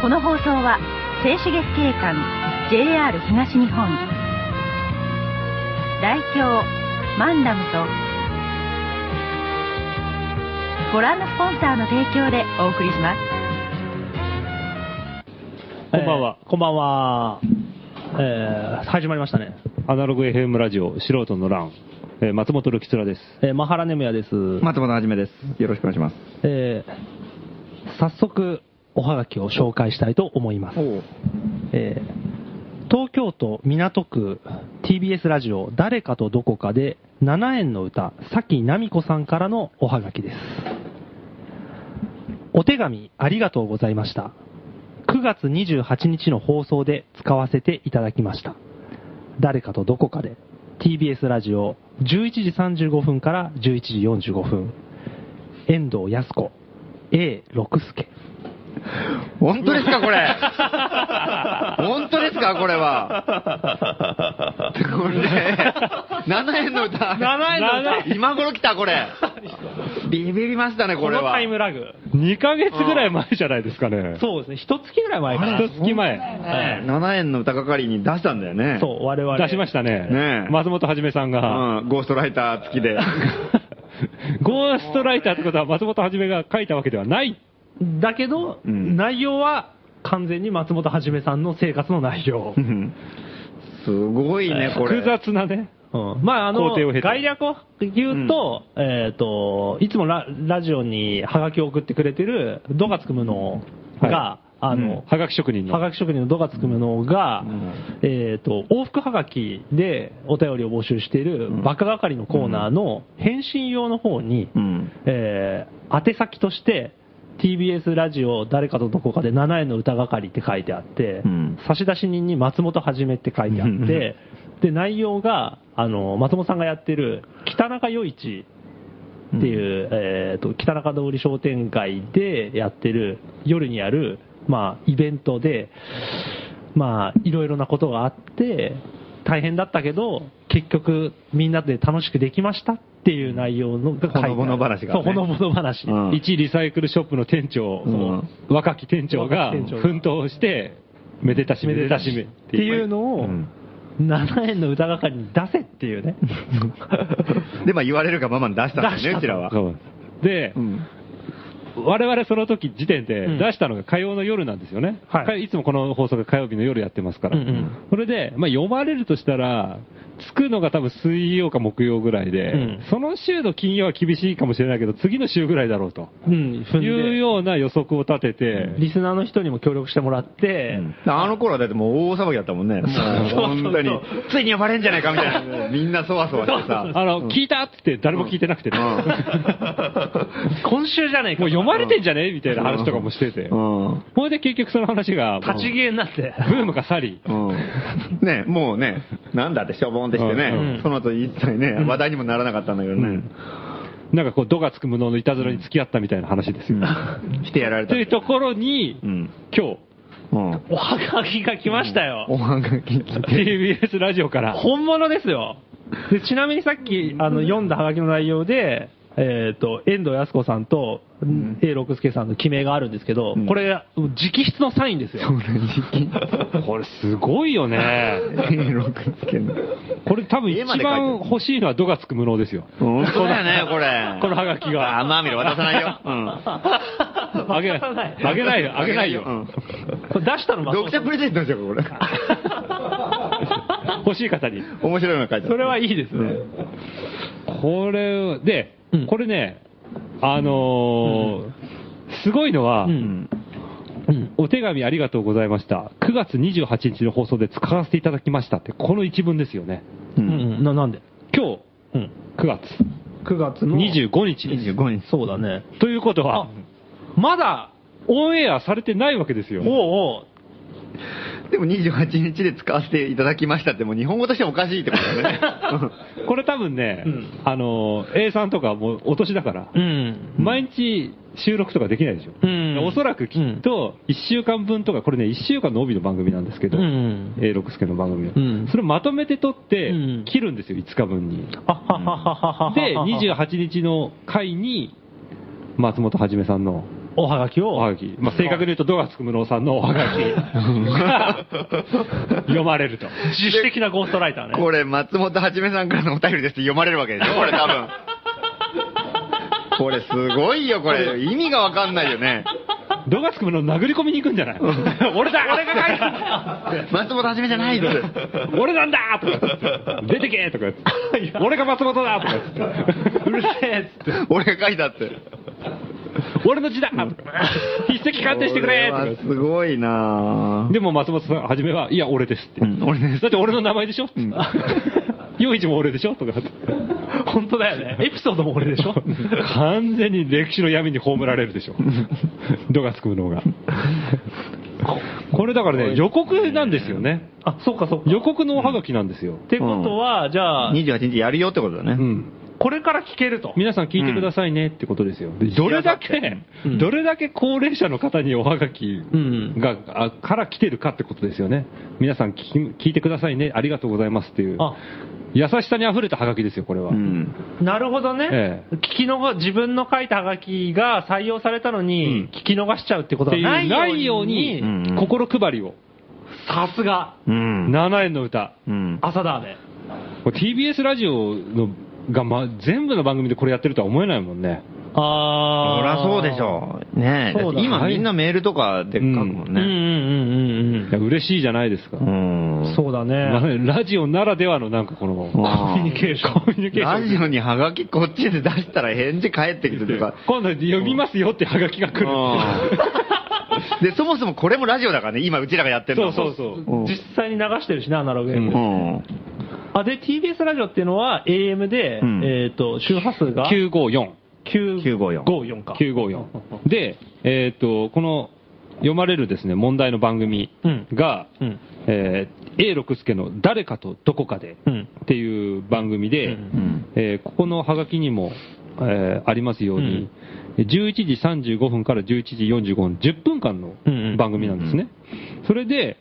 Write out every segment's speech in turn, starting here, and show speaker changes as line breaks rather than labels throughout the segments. この放送は静止月経館 JR 東日本大京マンダムとご覧のスポンサーの提供でお送りします
こんばんは
えーこんばんは。えー始まりましたね。
アナログ FM ラジオ素人の欄、えー松本るきつらです。
えーマハラネムヤです。
松本はじめです。よろしくお願いします。
えー早速、おはがきを紹介したいと思います。えー東京都港区 TBS ラジオ誰かとどこかで7円の歌、さきなみこさんからのおはがきです。お手紙ありがとうございました。9月28日の放送で使わせていただきました。誰かとどこかで TBS ラジオ11時35分から11時45分。遠藤康子 A 六助。
本当ですか、こ れ。本当ですか、これは。これ、7円の歌。
7円の歌
今頃来た、これ。ビビりましたね、これは。
ラグ。
2ヶ月ぐらい前じゃないですかね。
そうですね、一月ぐらい前かな。
一月前、
はい
7円の歌係に出したんだよね。
そう、我々。
出しましたね。
ねえ
松本はじめさんが、
うん、ゴーストライター 付きで。
ゴーストライターってことは松本はじめが書いたわけではない。
だけど、
うん
内容は完全に松本はじめさんの生活の内容。
すごいね、これ。
複雑なね。
うんまあ、あ
工
の、
程を経て
概略を言うと、えっ、と、いつもララジオにハガキを送ってくれてる、ドガつくむのが、
は
あの、
はがき職人の。
はがき職人のドガつくむのが、えっ、と、往復はがきでお便りを募集している、バカ係のコーナーの返信用の方に、
うん。
えー宛先として TBS ラジオ誰かとどこかで7円の歌係って書いてあって、
うん
差出人に松本はじめって書いてあっ
うん
て、で、内容が、あの、松本さんがやってる北中余市っていう、えっと、北中通り商店街でやってる、夜にやる、まあ、イベントで、まあ、いろいろなことがあって、大変だったけど、結局、みんなで楽しくできましたっていう内容のが書いてある
ほのぼの話がね
そう、ほのぼの話。
うん
一リサイクルショップの店長、
うん
若き店長が
若き店長が
奮闘して、めでたしめでたしめ
っていうのを、
うん
7円の歌係に出せって いうね。
で、まあ言われるがままに出したんだよ
出し
ね、
た
うちらは。
そうで、
うん
我々その時時点で
うん
出したのが火曜の夜なんですよね、
はい
かい、つもこの放送が火曜日の夜やってますから、
うんうん
それで、まあ、読まれるとしたら、着くのが多分水曜か木曜ぐらいで、
うん
その週の金曜は厳しいかもしれないけど、次の週ぐらいだろうと
うん、踏んで
いうような予測を立てて、
リスナーの人にも協力してもらって、
あの頃はだってもう大騒ぎだったもんね。もう本当に。ついに呼ばれんじゃないかみたいな。みんなそわそわしてさ。
あの、聞いたって言って誰も聞いてなくてね、
今週じゃねえか。
もう読まれてんじゃねみたいな話とかもしてて、
うん。
それで結局その話が、
立ち消えになって。
ブームが去り、
うんねもうね、なんだってしょぼんってして
う
うん
ん
ね、その後一切ね、話題にもならなかったんだけどね、
なんかこう、度がつく無能のいたずらに付き合ったみたいな話ですよ。
してやられた
と。いうところに、
うん
今日、
うん
おはがきが来ましたよ。
おはがき 来て
TBS ラジオから、
本物ですよ。でちなみにさっきあの読んだハガキの内容で、えっ、と、遠藤康子さんと、A 六輔さんの記名があるんですけど、
うん
これ、直筆のサインですよ。
これすごいよね。
A6 つけんの。
これ多分
絵
一
まで描いてる
番欲しいのは度がつく無能です よ。
本当だよね、これ。
このハガキが
あ、まあ見ろ、渡さないよ。うん
あげない。あげないよ。あげないよ。
うん
これ出したの松本さ
読者
ん
プレゼントじゃん、これ。
欲しい方に。
面白いの書いてある。
それはいいですね。
これ、で
うん、
これね、あのーすごいのは、
うん。うん。
お手紙ありがとうございました。9月28日の放送で使わせていただきましたって、この一文ですよね。
う。
うんん。な、なんで
今
うんうん。
日、9月
9月の。
25日です。
25日。
そうだね。
ということは、
まだ、
オンエアされてないわけですよ。
おうおう
でも28日で使わせていただきましたって、もう日本語としてはおかしいってことだよね。
これ多分ね、
うん
あの、A さんとかもうお年だから、
うん。
毎日収録とかできないでしょ。
うん
おそらくきっと、1週間分とか、これね、1週間の帯の番組なんですけど、
うん
A 六輔の番組を、
うん
それをまとめて撮って
うん、
切るんですよ、5日分に。
あははははは。
で、28日の回に、松本はじめさんの
おはがきを。
おはがき、まあ、正確に言うと、ドガツクムロさんのおはが き、読まれると。
自主的なゴーストライターね。
これ、松本はじめさんからのお便りですって読まれるわけでしょ、これ多分。これすごいよ、これ。意味がわかんないよね。
ドガツクムロ殴り込みに行くんじゃない俺だ俺が書いた
松本はじめじゃないです。
俺なんだとか言 って出てけとか言って 俺が松本だとか言 ってうるせえっつっ
俺が書いたって。
て俺の字だとか筆跡鑑定してくれとか言って
こはすごいなぁ
でも松本さんはじめはいや俺ですって、
うん俺です
だって俺の名前でしょって 陽一も俺でしょとか
本当だよね。エピソードもこれでしょ
完全に歴史の闇に葬られるでしょ度がつくのがこれだからね予告なんですよね
あ、そうかそうか。
予告のおはがきなんですよ、
ってことは、じゃあ、
28日やるよってことだね。
うん、
これから聞けると。
皆さん聞いてくださいねってことですよ。でどれだけ、
うん
どれだけ高齢者の方におはがき
うん
が、あから来てるかってことですよね。皆さん聞き聞いてくださいね、ありがとうございますっていう
あ。
優しさに溢れたはがきですよ、これは。
うん
なるほどね、
ええ
聞き逃自分の書いたハガキが採用されたのに、
うん
聞き逃しちゃうってこと
って
が
いう
ない
ないよ
よう
う
に、
に
うんうん
心配りを。
さすが、
うん。
7円の歌。
うん。
朝だね。
これ TBS ラジオのが、ま、全部の番組でこれやってるとは思えないもんね。
あ
そ
ー
りゃそうでしょう。ねえ。
そうだ
だって今みんなメールとかで書くもん
うんうん
ね。
うん
いや、嬉しいじゃないですか。
うん。
うんうん。そうだ
ま
ね。
ラジオならではのなんかこの、コ
あー
ミュニケーション。コミュニケーショ
ラ
ン。
ジオにハガキこっちで出したら返事返ってきてとか。
今度読みますよってハガキが来る。
うんで、そもそもこれもラジオだからね、今うちらがやってる
そ
の
う
も
そうそう。
うん
実際に流してるしね、アナログ FM
う
うん。
あ、で、TBS ラジオっていうのは AM で、
うん
えっ、と、周波数が
954。
954
954か。
954。で、えーっと、この読まれるですね、問題の番組が、
うん
えー A 六輔の誰かとどこかで
うん
っていう番組で、
うん
うん。
えーここのハガキにも、えーありますように、11時35分から11時45分、10分間の
うんうん
番組なんですね。それで、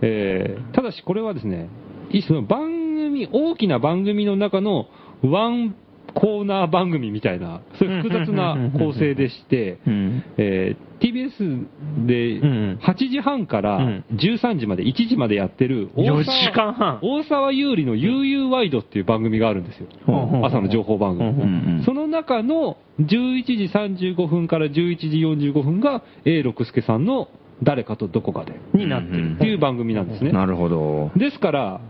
えーただしこれはですね、いその番組、大きな番組の中のワンコーナー番組みたいな、そういう複雑な構成でして、
うん
えー TBS で
うん
8時半か
う
ら
ん
13時まで、1時までやってる大沢
4時間半
大沢優里の悠々ワイドっていう番組があるんですよ。
うんうん
朝の情報番組。
うん
うん
その中の11時35分から11時45分が A 六輔さんの誰かとどこかでっ
になってる。
ていう番組なんですね。
なるほど。
ですから、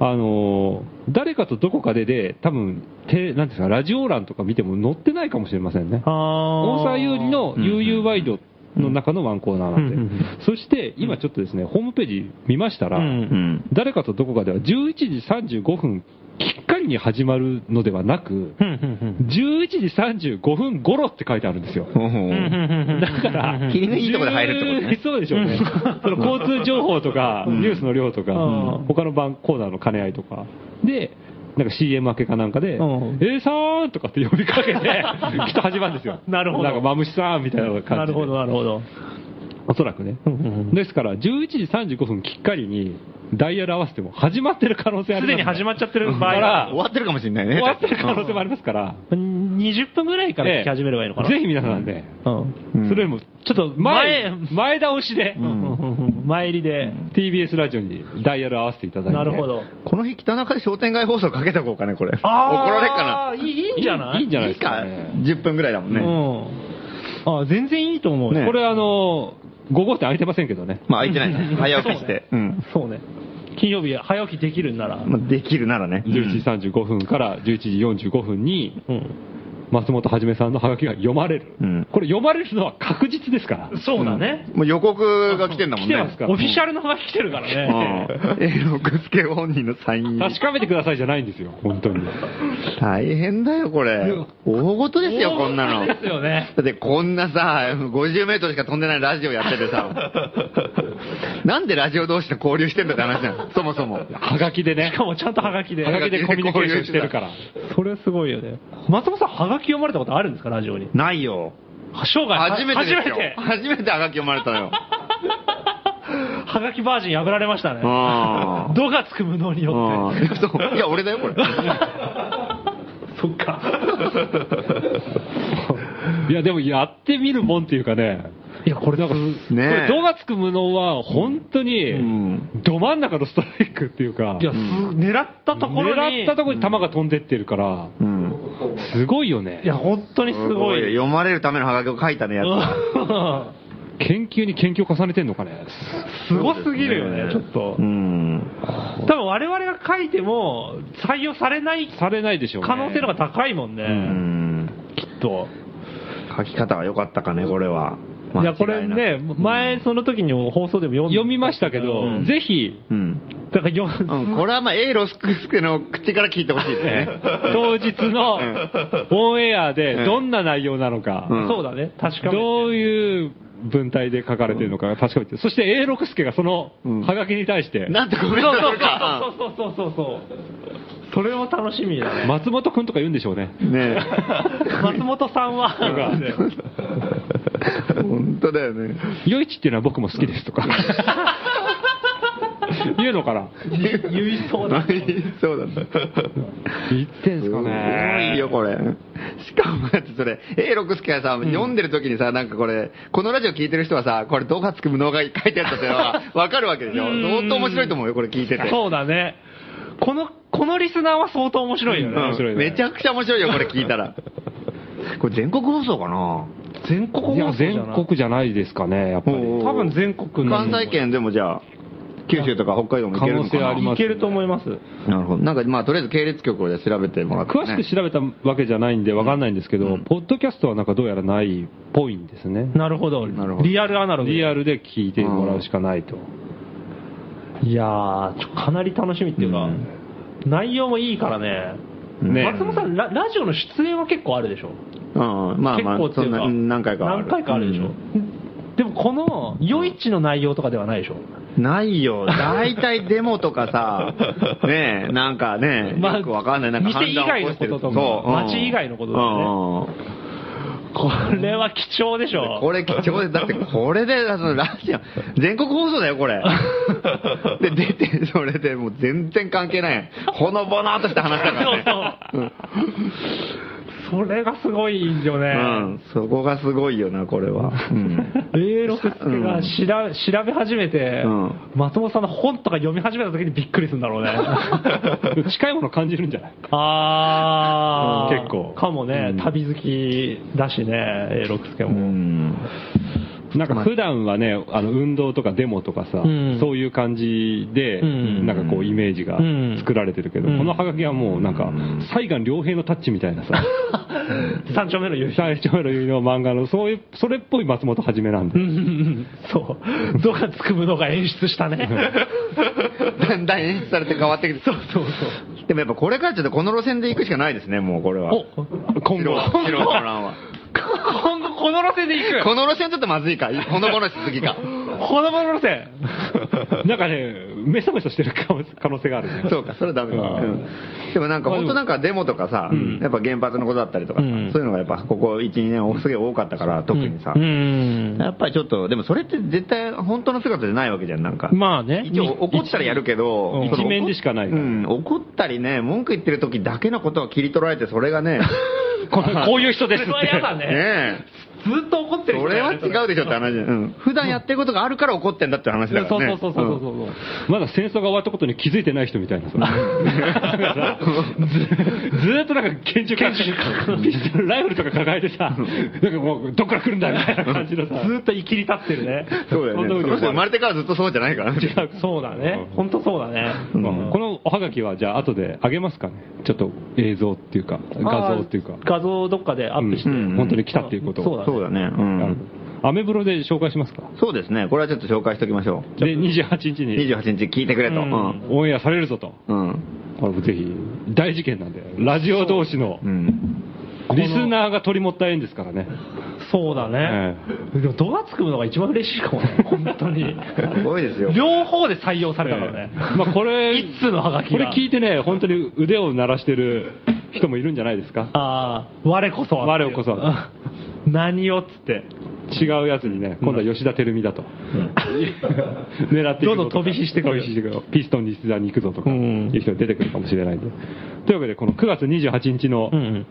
あのー誰かとどこかでで、多分、てなんていうんですか、ラジオ欄とか見ても載ってないかもしれませんね。
大
大沢優里の悠々ワイドの中のワンコーナーなんで。
うんうんうん
そして、今ちょっとですね、ホームページ見ましたら、
うん
うん。
誰かとどこかでは11時35分きっかりに始まるのではなく、11時35分頃って書いてあるんですよ。
ほうほう
だから、
切りのいいとこで入るってことね
10そうでし ょうね。その交通情報とか、ニュースの量とか
うん、
他の番コーナーの兼ね合いとか。で、なんか CM 明けかなんかで、
うん
A さーんとかって呼びか けて、きっと始まるんですよ。
なるほど
なんかマムシさんみたいな感じで。
なるほど、なるほど。
おそらくね。ですから、11時35分きっかりに、ダイヤル合わせても始まってる可能性あ
す
ります
で
ね
に始まっちゃってる場合
から
終わってるかもしれないね。
終わってる可能性もありますから、
20分ぐらいから聞き始めればいいのかな。
ぜひ皆さんね、
うん
うん
それよりも、
ちょっと前
前、、前倒しで、
うん前入りで、
TBS ラジオにダイヤル合わせていただいて。
なるほど。
この日、北中で商店街放送かけとこうかね、これ。 怒
あー
られっか
いいいいんじゃない
いいんじゃ
な。
ない
い
で
い
すか
か
ね。。
10分ぐらいだもん
う
ね。
ん。あ、全然いいと思うよ。
ね
これあの、5号店空いてませんけどね。
まあ、空いてない ね。 早起きして。うん。
そうね。金曜日早起きできるんなら。
まあ、できるならね。
11時35分から11時45分に、
うん。
松本はじめさんのハガキが読まれる。
うん
これ読まれるのは確実ですから。
そうだね。
もう予告が来てんだも
来
んね。
てますから。
オフィシャルの方が来てるからね。
うん。え六助本人のサイン入り
確かめてくださいじゃないんですよ、本当に。
大変だよ、これ。大事ですよ、こんなの。
ですよね。
だってこんなさ、50メートルしか飛んでないラジオやっててさ、なんでラジオ同士で交流してんだって話なの、そもそも。
はがきでね
し。かもちゃんとハガキで。
はがきでコミュニケーションしてるから。
それすごいよね。松本さん、ハガキ読まれたことあるんですか、ラジオに。
ないよ。
生涯
初めてですよ
初め。て
初めてあがき読まれたのよ。
ハガキバージン破られましたね。
あ ー
度がつく無能によ
うんいや そういや、俺だよ、これ。
って。そっ か。
いや、でもやってみるもんっていうかね。いや、これなんか、
ね
これ動画つく無能は、本当
う
に、
ん
ど真ん中のストライクっていうか、
いや、す狙ったところに。
狙ったところに球が飛んでってるから、
うん。
すごいよね
い。や、本当にすごい。
読まれるためのハガキを書いたね、やっぱ。
うん
研究に研究を重ねてんのかね。
すごすぎるよね、ちょっと
う。ん。
多分我々が書いても採用されない
されないでしょうね。
可能性の方が高いもんね、
うん
きっと。
書き方が良かったかね、これは。
いや、これ
間違
ね
いなく、
前その時にも放送でも読ん
読みましたけど、
うん
ぜひ、
うん。
だからよ、
うん、これはまあ、エイロスクスケの口から聞いてほしいです ね。
当日
ん
のオンエア
うん
でどんな内容なのか、
うん
そうだね、確かに。
どういう文体で書かれてるのか確かめて、そして永六輔がその
うん
ハガキに対して、
なんてコ
そう
メントするか。
そうそうそうそうそうそう。それも楽しみだね。
松本くんとか言うんでしょうね。
ね
松本さんは、
え。 本当だよね。
余市っていうのは僕も好きですとか。言うのかな
言いそうだ。
そうなんだ。
言ってんすか
す
ね
ごいよ、これ。しかも、だってそれ、A 六輔がさ、読んでる時にさ、なんかこれ、このラジオ聞いてる人はさ、これ、動画つく無能が書いてあったってのは、わかるわけでしょ。
うん
相当面白いと思うよ、これ聞いて て。
そうだね。この、このリスナーは相当面白いよね。
うん
面白いね
めちゃくちゃ面白いよ、これ聞いたら。 これ全国放送かな
全国放
いや、
送じゃない
全国じゃないですかね、やっぱり。
おうおう
多分全国の
関西圏でもじゃあ、九州とか北海道も行けるのか
可能性
な
ありま
いけると思います。
なるほど。なんか、まあ、とりあえず系列局をじゃあ調べてもらって、ね。
詳しく調べたわけじゃないんでわかんないんですけど、
うん
ポッドキャストはなんかどうやらないっぽいんですね。
なるほど。
なるほど
リアルアナログ。
リアルで聞いてもらうしかないと。
いやー、ちょかなり楽しみっていうか、
うん
内容もいいからね。
ね
松本さんラ、ラジオの出演は結構あるでしょ
うん、まあまあ、
結構って
そ
い
ん
うか
な、うん何回かはある
何回かあるでしょ、でもこの、夜市の内容とかではないでしょ
うんないよ。大体デモとか さ、ねえ、なんかね、
まあ
よくわかんない。なんか
店以外のこととか
判断を起こしてるそう
街以外のことだよ
うんうん
これは貴重でしょ
これ貴重です。だってこれで、そのラジオ、全国放送だよ、 これ。で、出て、それでもう全然関係ない。ほのぼのっとした話だからね。うん
それがすごいよ
う
ね
ん。そこがすごいよな、これは。うん
永六輔がしら、調べ始めて、
うん
松本さんの本とか読み始めた時にびっくりするんだろうね。
近いもの感じるんじゃない
あー、
うん結構
かもね、
うん
旅好きだしね、永六輔
う
も。
ん
なんか普段はね、あの運動とかデモとかさ、
うん
そういう感じで、
うん
なんかこうイメージが
うん
作られてるけど、
うん
このハガキはもうなんか、西岸良平のタッチみたい なさ、
三丁目の夕 日。
最初の言の漫画の、そういう、それっぽい松本はじめなんで
う。んうんうんそう。どがつくむのが演出した ね。
だんだん演出されて変わってきて。そうそうそう。でもやっぱこれからちょっとこの路線で行くしかないですね、もうこれは。
お、
今後は。
白いトラ ンは。
今後この路線で行く
この路線ちょっとまずいか。ほのぼのしすぎか。
この路線
なんかね、めそめそしてる可能可能性があるね。
そうか、それはダメだ。
ああ
うんでもなんか
まあ
本
でも
当なんかデモとかさ、
うん
やっぱ原発のことだったりとかさ、
うん
そういうのがやっぱここ1、2年すげえ多かったから、特にさ。
うん
やっぱりちょっと、でもそれって絶対本当の姿じゃないわけじゃん、なんか。
まあね
一応怒ったらやるけど、
一
その
一面でしかないから
うん、怒ったりね、文句言ってる時だけのことを切り取られて、それがね、
このこういう人ですっ
そ
て。
れは嫌だ
ね
ね。
え。
ずっと怒ってる人
それは違うでしょって話じゃんうん。普段やってることがあるから怒ってんだって話だか
そう
らね。
そうそうそうそう。
まだ戦争が終わったことに気づいてない人みたいなさ。だからずずーっとなんか拳銃抱えてピストルライフルとか抱えてさ、なんかもう、どっから来るんだみたいな感じのさ。
ずっと生きり立ってるね。
うんそうだよね。
そんなことない
そう生まれてからずっとそうじゃないからね。
そうだね。本当そうだね。
うんこのおはがきは、じゃあ後であげますかね。ちょっと映像っていうか、画像っていうか
あ。ー画像をどっかでアップして。
うん
本当に来たっていうことを。
そうだ
そうだね。う
あの
ん。
アメブロで紹介しますか。
そうですね。これはちょっと紹介しておきましょう。
で、28日に
28日聞いてくれと。
う
うんん。
オンエアされるぞと。
うん。
これもぜひ、大事件なんで、ラジオ同士の
うん。
リスナーが取り持った縁ですからね。
そうだね。でも、度がつくのが一番嬉しいかもね、本当に。
すごいですよ。
両方で採用されたからね。
まあこれ、
一通のハガキ
これ
が。
聞いてね、本当に腕を鳴らしてる人もいるんじゃないですか。
ああ、我こそは。
我こそは。
何をっつって。
違うやつにね、今度は吉田照美だと。 狙っていくぞとか
どんどん飛び火してくる
飛び火してくるピストン西田に行くぞとか、
うん
いう人が出てくるかもしれないんで。というわけで、この9月28日の、
うん。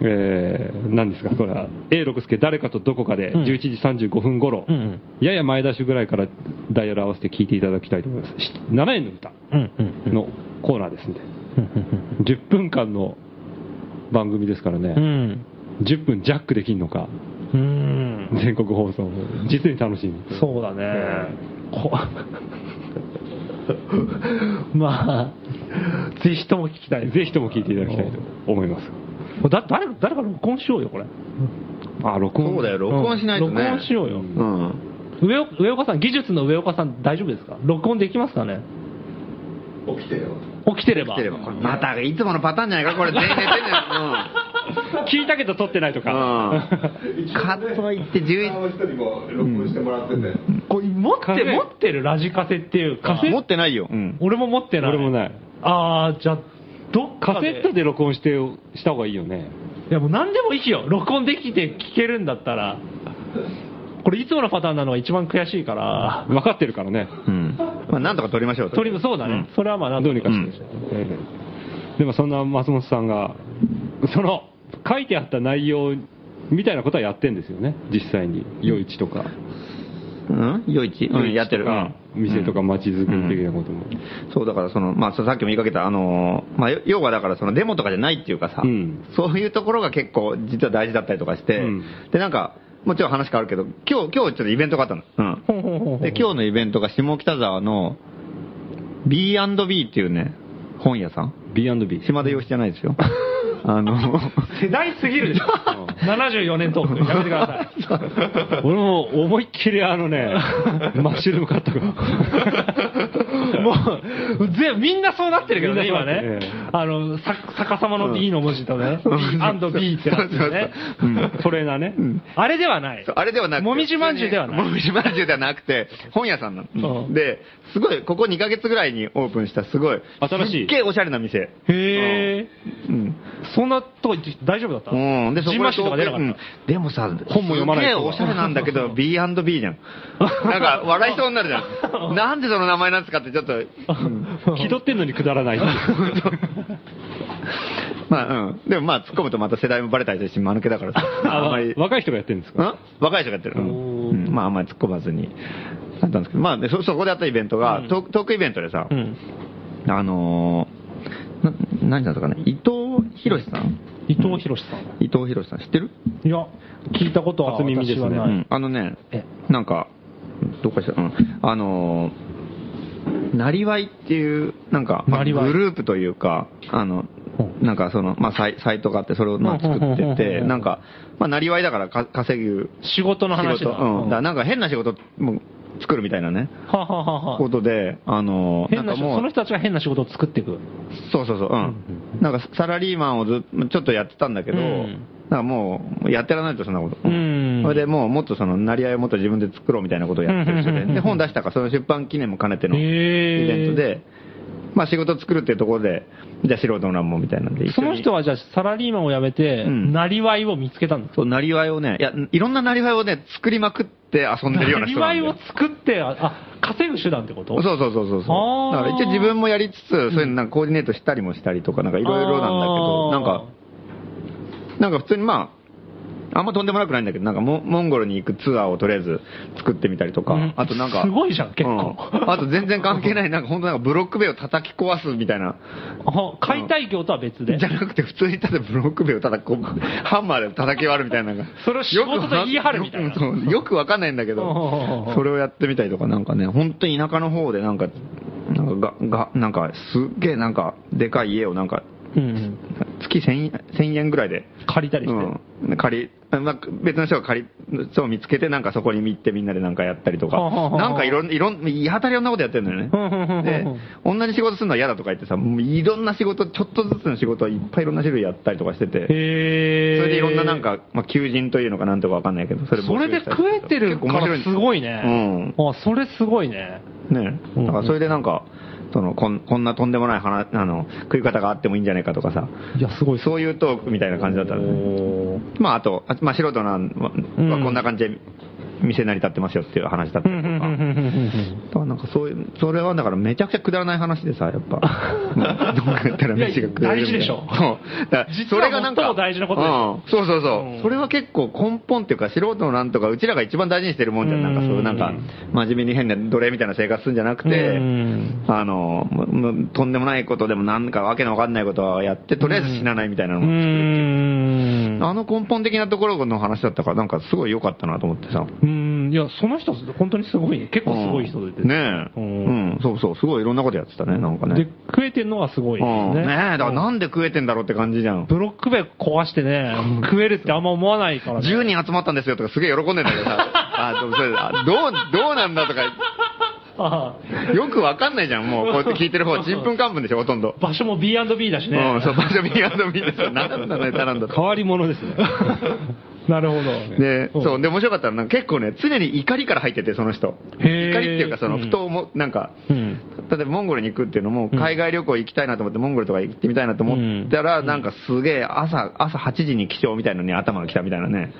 えー、何ですか、これは、A 六輔誰かとどこかで、
うん
11時35分頃、
うん
やや前出しぐらいからダイヤル合わせて聞いていただきたいと思います。し7円の歌
うん。うん。
のコーナーですんで、
うん。
10分間の番組ですからね、
うん。
10分ジャックできんのか、
うん。
全国放送、実に楽しみ。
そうだね。こまあ、ぜひとも聞きたい。
ぜひとも聞いていただきたいと思います。
だ誰か誰か録音しようよ、これ。
あ、録音。
そうだよ、録音しないとね。
録音しようよ。
うん。
上岡上岡さん、技術の上岡さん、大丈夫ですか録音できますかね
起きてよ。
起きてれば。
来てればこれまた、いつものパターンじゃないか、これ、全員寝てんね
聞いたけど撮ってないとか。
ん。うん。かといって、
一応
11
ね、他の人にも録音してもらってて。
これ持っ
カセ
て、持ってるラジカセっていうか。
持ってないよ。うん。
俺も持ってない。
俺もない。
ああ、じゃあ、どっか
カセットで録音して、した方がいいよね。
いやもう何でもいいよ。録音できて聞けるんだったら。これいつものパターンなのが一番悔しいから。
分かってるからね。
うん。まあ、なんとか撮りましょう。
とりあえずそうだね。それはまあなん
どうにかして。
うん
ええでもそんな松本さんが、その、書いてあった内容みたいなことはやってんですよね。実際に。夜市とか。
うん夜市うん、やってる。うん
店とか街づくり的なことも。
そうだからその、まあ、ささっきも言いかけた、あのーまあ、よ要はだからそのデモとかじゃないっていうかさ、
うん
そういうところが結構実は大事だったりとかして、
うん
でなんか、もちろん話変わるけど、今日、今日ちょっとイベントがあったの。うん
ほんほんほんほん
で、今日のイベントが下北沢の B&B っていうね、本屋さん。
B&B。
島田洋志じゃないで すよ。あの、
世代すぎるでしょ。74年トーク。やめてください。
俺も思いっきりあ のね、マッシュルームカットが。
もう、ぜみんなそうなってるけどね、
みんなそ
今
うなってる
ね
ええ。
あの、さ逆さまの D の文字とね、アンド B っ てなってるね。
トレーナーね。
あれではない
そう。あれではなくて。
もみじまんじゅうではない
もみじまんじゅうではなくて、本屋さんなの。
うん
で、すごい、ここ2ヶ月ぐらいにオープンした、すごい。
新しい
すっげえおしゃれな店。
へえ。
うん。
そんなとこ行って大丈夫だった
うん。で、そこ
ジンマシンとか出なか
う
っ
んでもさ、
本も読まない
すげ
人
え
は
おしゃれなんだけど、B&B じゃん。なんか、笑いそうになるじゃん。なんでその名前なんですかって、ちょっと、
気取ってんのにくだ らない。
まあ、うん。でもまあ、突っ込むとまた世代もバレたりするし、間抜けだからさ。あんまり。
若い人がやってるんです
う
か
ん若い人がやってる。うん
おー
うんまあ、あんまり突っ込まずに。あったんですけど、まあ、でそ、そこであったイベントが、トークトークイベントでさ
う、ん。
あのー、な、何だったかね、伊藤博さん
伊藤博さん。
伊藤博さん知ってる
いや、聞いたことは
初耳ですね
私はない
うんあのね
え、
なんか、どっかしら、うん、あのー、なりわいっていう、なんか、ま
な
あグ
りわい
ループというか、あの、
う
なんかその、まあ、サイサイトがあって、それをまあ
うんうん
作
うんうん
ってて、なんか、まあ、なりわいだからか稼ぐ
仕事の
仕
話
事、
だ。
うん、だからなんか変な仕事も作るみたいなね、
はあはあはあは
こ
あ
とで、あのー、
変
なん
な
か
仕
も
事、
う
その、人たちが変な仕事を作っていく。
そうそうそう、うん。なんかサラリーマンをずっちょっとやってたんだけど、
うん
なんかもう、もうやってらないと、そんなこと。
うん
それでもう、もっとその、なり合いをもっと自分で作ろうみたいなことをやってる人
う
で、
ん
で、本出したから、その出版記念も兼ねてのイ
へー
ベントで、まあ仕事作るっていうところで、じゃあ素人の欄もみたいなんで、一緒に
その人はじゃあサラリーマンを辞めて、
うん
なりわいを見つけたんですか
そう、なりわいをね、いや、いろんななりわいをね、作りまくって遊んでるような
り
人
わ
ないんだ
を
よ。
作って、あ、あ稼ぐ手段ってこと
そうそうそうそうそ
あ
う。
ー
だから一応自分もやりつつ、そういうのなんかコーディネートしたりもしたりとか、なんかいろいろなんだけ
あ
ど、
ー
なんか、なんか普通にまあ、あんまとんでもなくないんだけど、なんかモモンゴルに行くツアーをとりあえず作ってみたりとか、
うん
あとなんか、
すごいじゃん、結構。
うんあと全然関係 ない、なんか本当なんかブロック塀を叩き壊すみたいな。
あ解体業とは別で。
じゃなくて普通にただブロック塀を叩き、こうハンマーで叩き割るみたいなのが。
それを仕事と言い張るみたいな
よくわかんそうよくわかんないんだけ
うんうんうんう
ど
ん、
それをやってみたりとか、なんかね、本当に田舎の方でなんか、なんかが、が、なんかすっげえなんか、でかい家をなんか、
うん。
月1000円1000円ぐらいで。
借りたりして。
うん。借り、まあ別の人が借りそう見つけて、なんかそこに行ってみんなでなんかやったりとか、
はあはあはあ
なんかいろん、いろん、言い当たりいろんなことやってるのよね。で、同じ仕事するのは嫌だとか言ってさ、もういろんな仕事、ちょっとずつの仕事はいっぱいいろんな種類やったりとかしてて、そ
へえ。
れでいろんななん、か、まあ、求人というのかなんとかわかんないけど、それ
それで食えてるからすごいね。
う
あ、それすごいね。
ね
うん
だからそれでなんか、そのこんこんなとんでもない話あの食い方があってもいいんじゃないかとかさ、
いや、すごい
そういうトークみたいな感じだったのね。
おー
まあ、あと、あまあ、素人なんは
うん
はこんな感じで店成り立ってますよっていう話だった
うんう
り
んう
とか。
んうんうんうん
だからなんかそういう、それはだからめちゃくちゃくだらない話でさ、やっぱ。 どうやったら飯が食えるみたいない
や大事でしょ
そう。だから
実は
それがなんか。
最も大事なことだよ
うん。そうそうそうう。
ん
それは結構根本っていうか、素人のなんとか、うちらが一番大事にしてるもんじゃん。なんかそううい
ん
うなんか、真面目に変な奴隷みたいな生活するんじゃなくて
うん、
あの、ももとんでもないことでもなんかわけのわかんないことはやって、とりあえず死なないみたいなの
うー
も。
ん。
あの根本的なところの話だったから、なんかすごい良かったなと思ってさ。
うーん、いや、その人、本当にすごいね。結構すごい人で。
ねえ。
う
うんん、そうそう、すごいいろんなことやってたね、なんかね。
で、食えてんのはすごいです
うんね
ね。
え、だからなんで食えてんだろうって感じじゃん。
ブロック塀壊して ね、食えるってあんま思わないから、ね。
10人集まったんですよとかすげえ喜んでんだけどさ、 あ、でもそれあどう、どうなんだとか、
ああ
よくわかんないじゃん、もうこうやって聞いてる方、ちんぷんかんぷんでしょ、ほとんど。
場所も B&B だしね。
うん、そう、場所見やんと見てさ、なんだネタなんだ
変
と。
わり 者ですね。
なるほど。
で、
ん
そう、で、面白かったのはなんか結構ね、常に怒りから入ってて、その人。怒
へー
りっていうか、その、
うん
不当も、なんか、
うん。
例えばモンゴルに行くっていうのも、海外旅行行きたいなと思って、モンゴルとか行ってみたいなと思ったら、なんかすげえ朝、朝8時に起床みたいなのに頭が来たみたい なね。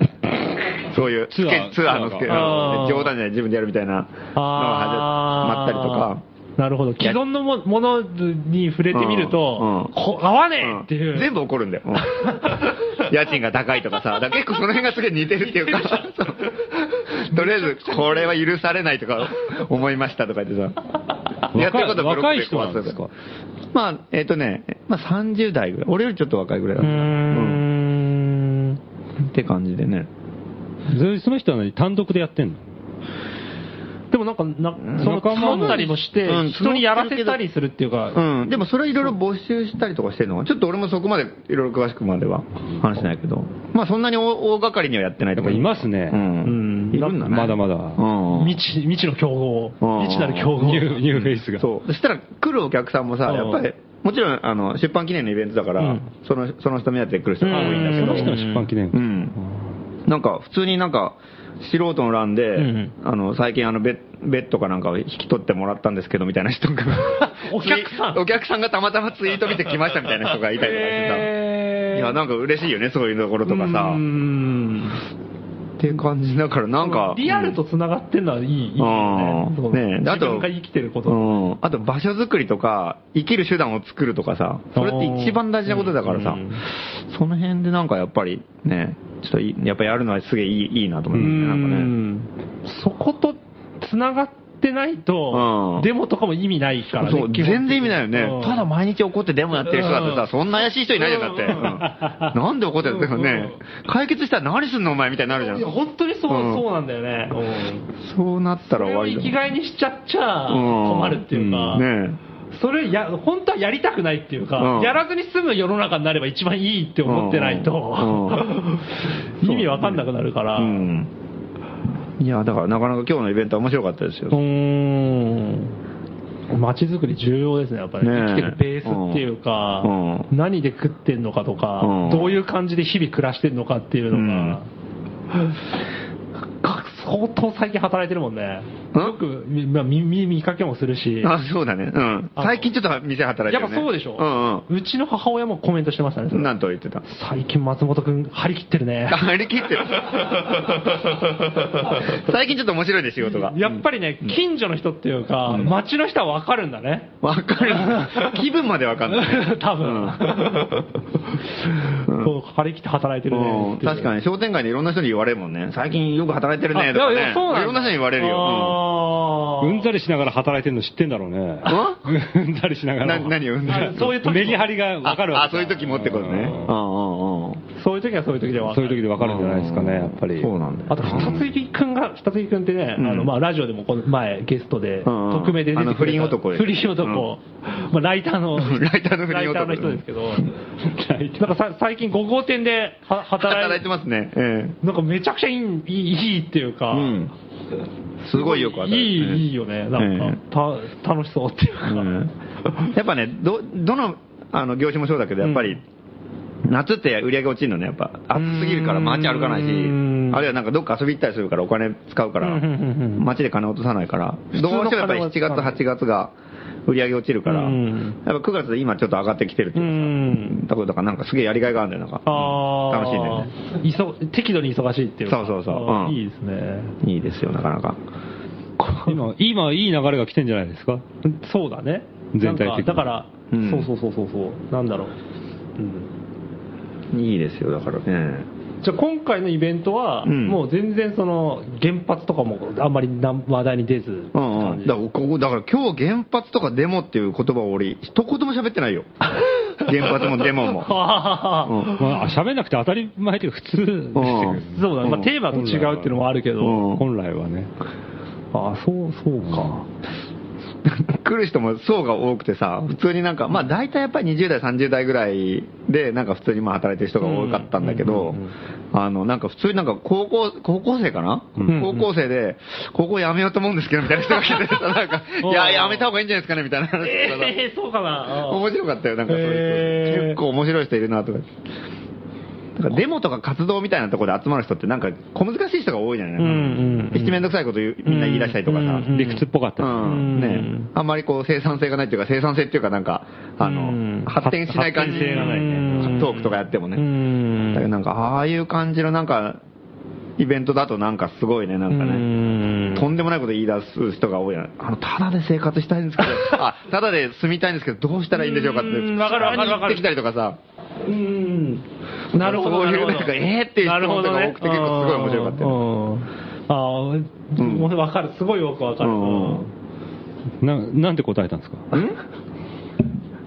そういう
ツアー
スケツアーのスケ
ツ
アーが
あ
あー
の冗談じゃない自分でやるみたいなのが
あ
始まったりとか。
か。なるほど。既存のもものに触れてみると、
うん
こ合わねえっていうう。
ん全部怒るんだよ。 うん家賃が高いとかさ、だから結構その辺がすげえ似てるっていうか、そうとりあえずこれは許されないとか思いましたとか言ってさ、
い
やってることはブロ
若い
ック
人なんですか
壊まあ、えっ、とね、まあ30代ぐらい。俺よりちょっと若いぐらいうだ
ー
った。うん
ん。
って感じでね。
その人は何単独でやってんの
でもなんか、なその、
仲間も
募ったりもして
うん、
人にやらせたりするっていうか、
うん。でもそれいろいろ募集したりとかしてるのちょっと俺もそこまでいろいろ詳しくまでは話してないけど。まあそんなに大大掛かりにはやってないと
やっ
か
ぱいますね
う。
うん
ん。いるんだね。
まだまだ
うん。
未知、未知の競合、
うん
未知なる 競合。
ニューニューフェイスが。
そう。そしたら来るお客さんもさ、
うん
やっぱり、もちろんあの出版記念のイベントだから、
うん
そのその人目当てで来る人が多いんだけ
そ
ど。
の人の出版記念
う
会。
ん、なんか普通になんか素人の欄で、
ん
あの最近あのベッベッドかなんかを引き取ってもらったんですけどみたいな人が
お客さん
お客さんがたまたまツイート見てきましたみたいな人がいたりとかしてさ、
へー
いやなんか嬉しいよねそういうところとかさ
うーん
っていう感じだからなんか
リアルと繋がってるのはいい、いいよねそ
うん
う
ねえで
自
あと
分が生きてること。
うん、あと場所作りとか生きる手段を作るとかさそれって一番大事なことだからさ、
うん
その辺でなんかやっぱりねちょっといやっぱやるのはすげえいいいいなと思
う
いますねなんかね
んそこと繋がってないと
う、ん
デモとかも意味ないからね。
そう、全然意味ないよね。ただ
ま
毎日怒ってデモやってる人だって
うん
さ、そんな怪しい人いないじゃん、だって
うん。
うんなんで怒ってるんだよね。解決したら何すんのお前みたいになるじゃ
いや、
ん。
本当にそう、
うん
そうなんだよね。うん
そうなった
そ
ら
れ
終
を
わり
生
だ
きがいにしちゃっちゃ
うん
困るっていうか、
ね
それや、本当はやりたくないっていうか、
うん
やらずに済む世の中になれば一番いいって思ってないと、
うん
意味わかんなくなるから。
え。うん。いや、だからなかなか今日のイベントは面白かったです
うー
よ。
ん。街づくり重要ですね、やっぱり。
ねえ
生きてるベースっていうか、
う
何で食ってんのかとか、
うん
どういう感じで日々暮らしてんのかっていうのが、か相当最近働いてるもんね。
うん
よくみ、まあ、みみ見かけもするし、
あ、そうだね。うん。
あ
最近ちょっと店働いて
や
る
っ
ね。
ぱそうでしょ、
うん
うちの母親もコメントしてましたね、そ
うん。
れ
なんと言ってた。
最近松本くん張り切ってるね。
張り切ってる。最近ちょっと面白いね、仕事が。
やっぱりね、近所の人っていうか、
うん
街の人はわかるんだね。
わかる。気分までわか んない。
多分、
うん
そう張り切って働いてるね
うん確かに商店街でいろんな人に言われるもんね最近よく働いてるねとか
あい
ね
やいやそうなんだ
いろんな人に言われるよ、
よ
うんざりしながら働いてるの知ってんだろうね。うんざりしな
う
が
ん、な
ら。
何を産んだ
そういう時も
メリハリがわかるわ
ああそういう時もってことねうんうんうん
そういう時はそういう時でわか
そう
る
いう時でわかるんじゃないですかね、やっぱり。
そうなんだよ。
あと、二つきくんが、二つきくんってね、
うん
あの、まあ、ラジオでもこの前ゲストで、
うん
匿名で出て
あの不倫男です
不倫男。まあ、ライターの。
ライターの不倫
ライ
男
ターの人ですけど、なんかさ最近5号店では働い
働いてますね。え
なんかめちゃくちゃいい、いいいいっていう
え
か、
うん。すごいよく当た
い
る、
い、いいよね。なんか、た、楽しそうっていうか。
うんやっぱね、ど、どの、あの、業種もそうだけど、やっぱり、夏って売り上げ落ちるのね、やっぱ。暑すぎるから街歩かないし、
うん
あるいはなんかどっか遊び行ったりするからお金使うから
うんうんうん、うん
街で金落とさないから、どうしてもやっぱり7
普通の金
月、
は使わない
8月が売り上げ落ちるか
う
ら、やっ
ん
ぱ9月で今ちょっと上がってきてるって
う
いう
ん。
かさだからだからなんかすげえやりがいがあるんだよ、なんか。
ああ。
楽しいんだよね。
いそ適度に忙しいっていうか。
そうそうそう
あー
うん
いいですね。
いいですよ、なかなか。
今、今、いい流れが来てんじゃないですか
そうだね。
全体的
なんか
に
だから、
うん
そうそうそうそうそう。なんだろう。うん
いいですよ、だからね。
じゃあ今回のイベントは、
うん
もう全然その原発とかもあんまりな話題に出ずって
うんう
感
ん、
じ
だからここだから今日原発とかデモっていう言葉を俺一言も喋ってな いよ原発もデモも、う
あ
ん
まあ、喋んなくて当たり前というか普通で
うん
ーそうだね、まあ、テーマと違うっていうのもあるけど、
うん
す本来はね。
あーそうそうか、
来る人も層が多くてさ普通になんかまあ大体やっぱり20代30代ぐらいでなんか普通にまあ働いてる人が多かったんだけど、
うんうんうん
あのなんか普通になんか高校高校生かな、
うん
高校生で高校辞めようと思うんですけどみたいな人が来てさなんか
おー
いや辞めた方がいいんじゃないですかねみたいな話とかさ、
えー、そうかなあー
面白かったよ、なんかそう
へ
いう
ー
人。結構面白い人いるなとか。なんかデモとか活動みたいなところで集まる人ってなんか小難しい人が多いじゃない、
うんうんうん
一面倒くさいこと言うみんな言い出したりとかさ。
う
うんん
理屈っぽかったり
うん
ねあんまりこう生産性がないっていうか生産性っていうかなんか、あの、
うん
発展しない感じ。
発展性がないね
うんトークとかやってもね。
うん
だからなんかああいう感じのなんか、イベントだとなんかすごいね、なんかね。
うん
とんでもないこと言い出す人が多いな。あの、ただで生活したいんですけど、 あ、ただで住みたいんですけど、どうしたらいいんでしょうかって、
うーんわかるわかるわかる
普通に行ってきたりとかさ、
うんなるほど。
そうい
なるほ
う
ど
なんかえーっていう質問とか多くて結構すごい面白かっ
なるほどね
たよ
うんあー、わかる。すごいよくわかる。
うん
ななんて答えたんですか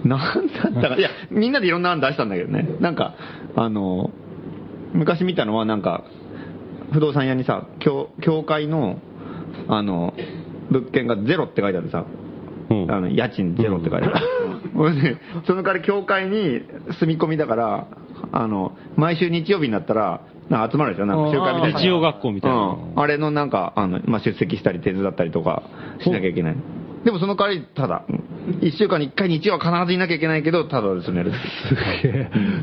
なんだった か、いや、みんなでいろんな案出したんだけどね。なんか、あの、昔見たのはなんか、不動産屋にさ、教、教会の、あの、物件がゼロって書いてあるさ、
うん
あの家賃ゼロって書いてある、ほいでその代わり教会に住み込みだからあの毎週日曜日になったらなんか集まるでしょなんか集会みたいな
日曜学校みたいなの
うんあれのなんかあの、まあ、出席したり手伝ったりとかしなきゃいけないでもその代わりただ1週間に1回日曜は必ずいなきゃいけないけどただです ね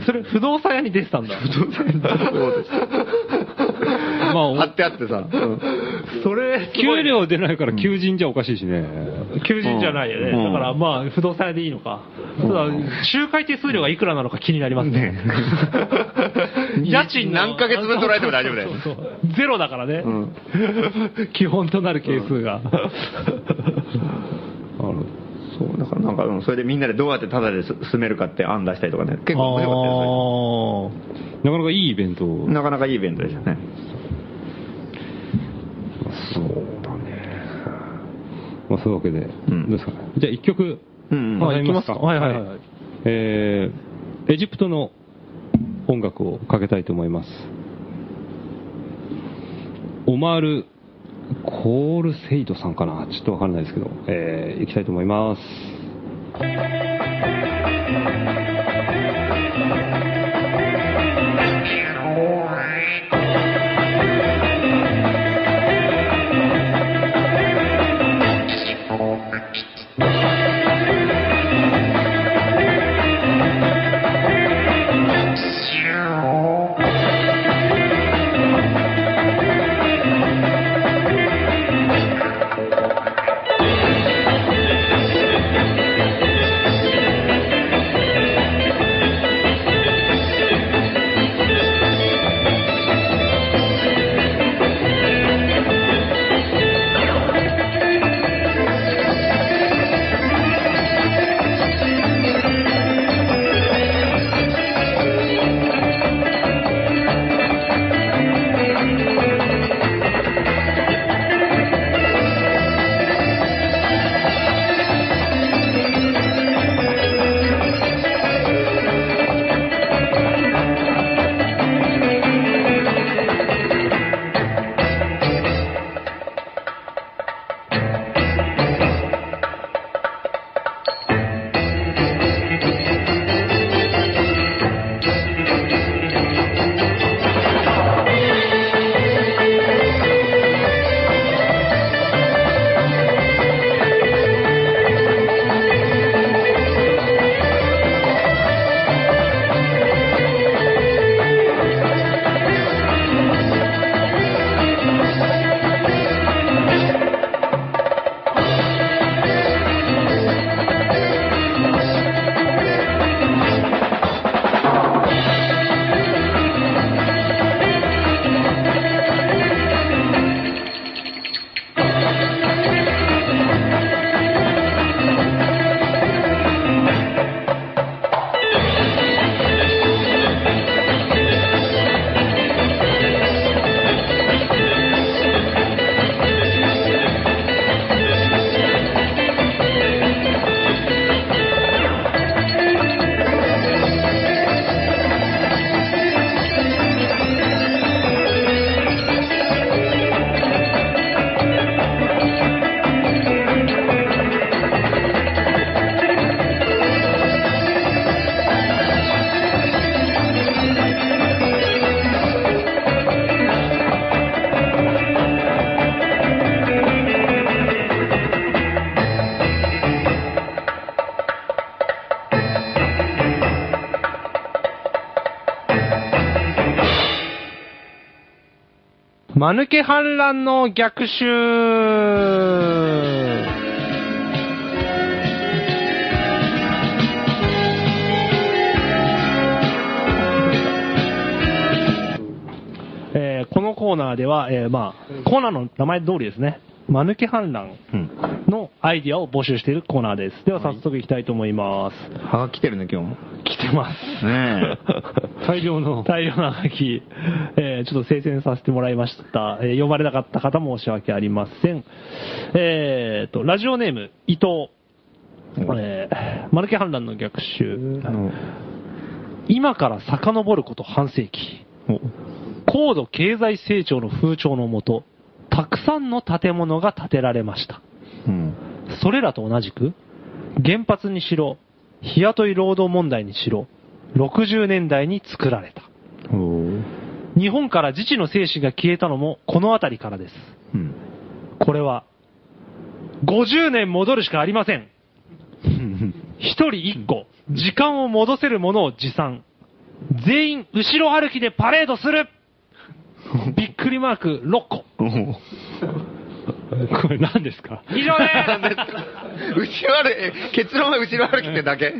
それ、不動産屋に出てたんだ。
まあ
貼ってあってさ、うん
それ、
給料出ないから求人じゃおかしいしね。
求人じゃないよね。
うん
だから、まあ、不動産屋でいいのか。ただ、仲介手数料がいくらなのか気になりますね。 家賃の
何ヶ月分取られても大丈夫だよ
そうそうそうゼロだからね。
うん
基本となる係数が。
あの
そうだからなんかうんそれでみんなでどうやってただです住めるかって案出したりとかね結構面白かったよそれ
なかなかいいイベント。
なかなかいいイベントでしたね。
そうだね。まあ、そういうわけで、
ん
どうですかね。じゃあ一曲、
うん
わ
あ
か
行
り
き
ま
ますす
か
か。はいはいはい。
えーエジプトの音楽をかけたいと思います。オマール・コール・セイドさんかなちょっとわからないですけど、えー、行きたいと思います。
「間抜け反乱の逆襲
えーこのコーナーでは、えーまあ、コーナーの名前通りですね、間抜け反乱のアイディアを募集しているコーナーです。では早速いきたいと思います。
はが来てるね、今日も。
来てます。
ね
大量の。
大量な書き、えーちょっと精選させてもらいました。えー呼ばれなかった方申し訳ありません。えーと、ラジオネーム、伊藤。 えー、マルケ反乱の逆襲。今から遡ること半世紀。高度経済成長の風潮のもと、たくさんの建物が建てられました。それらと同じく、原発にしろ、日雇い労働問題にしろ、60年代に作られた。日本から自治の精神が消えたのもこの辺りからです。これは、50年戻るしかありません。一人一個、時間を戻せるものを持参。全員、後ろ歩きでパレードするびっくりマーク6個。
これ何ですか
以上で
後ろ歩き、結論は後ろ歩きってだけ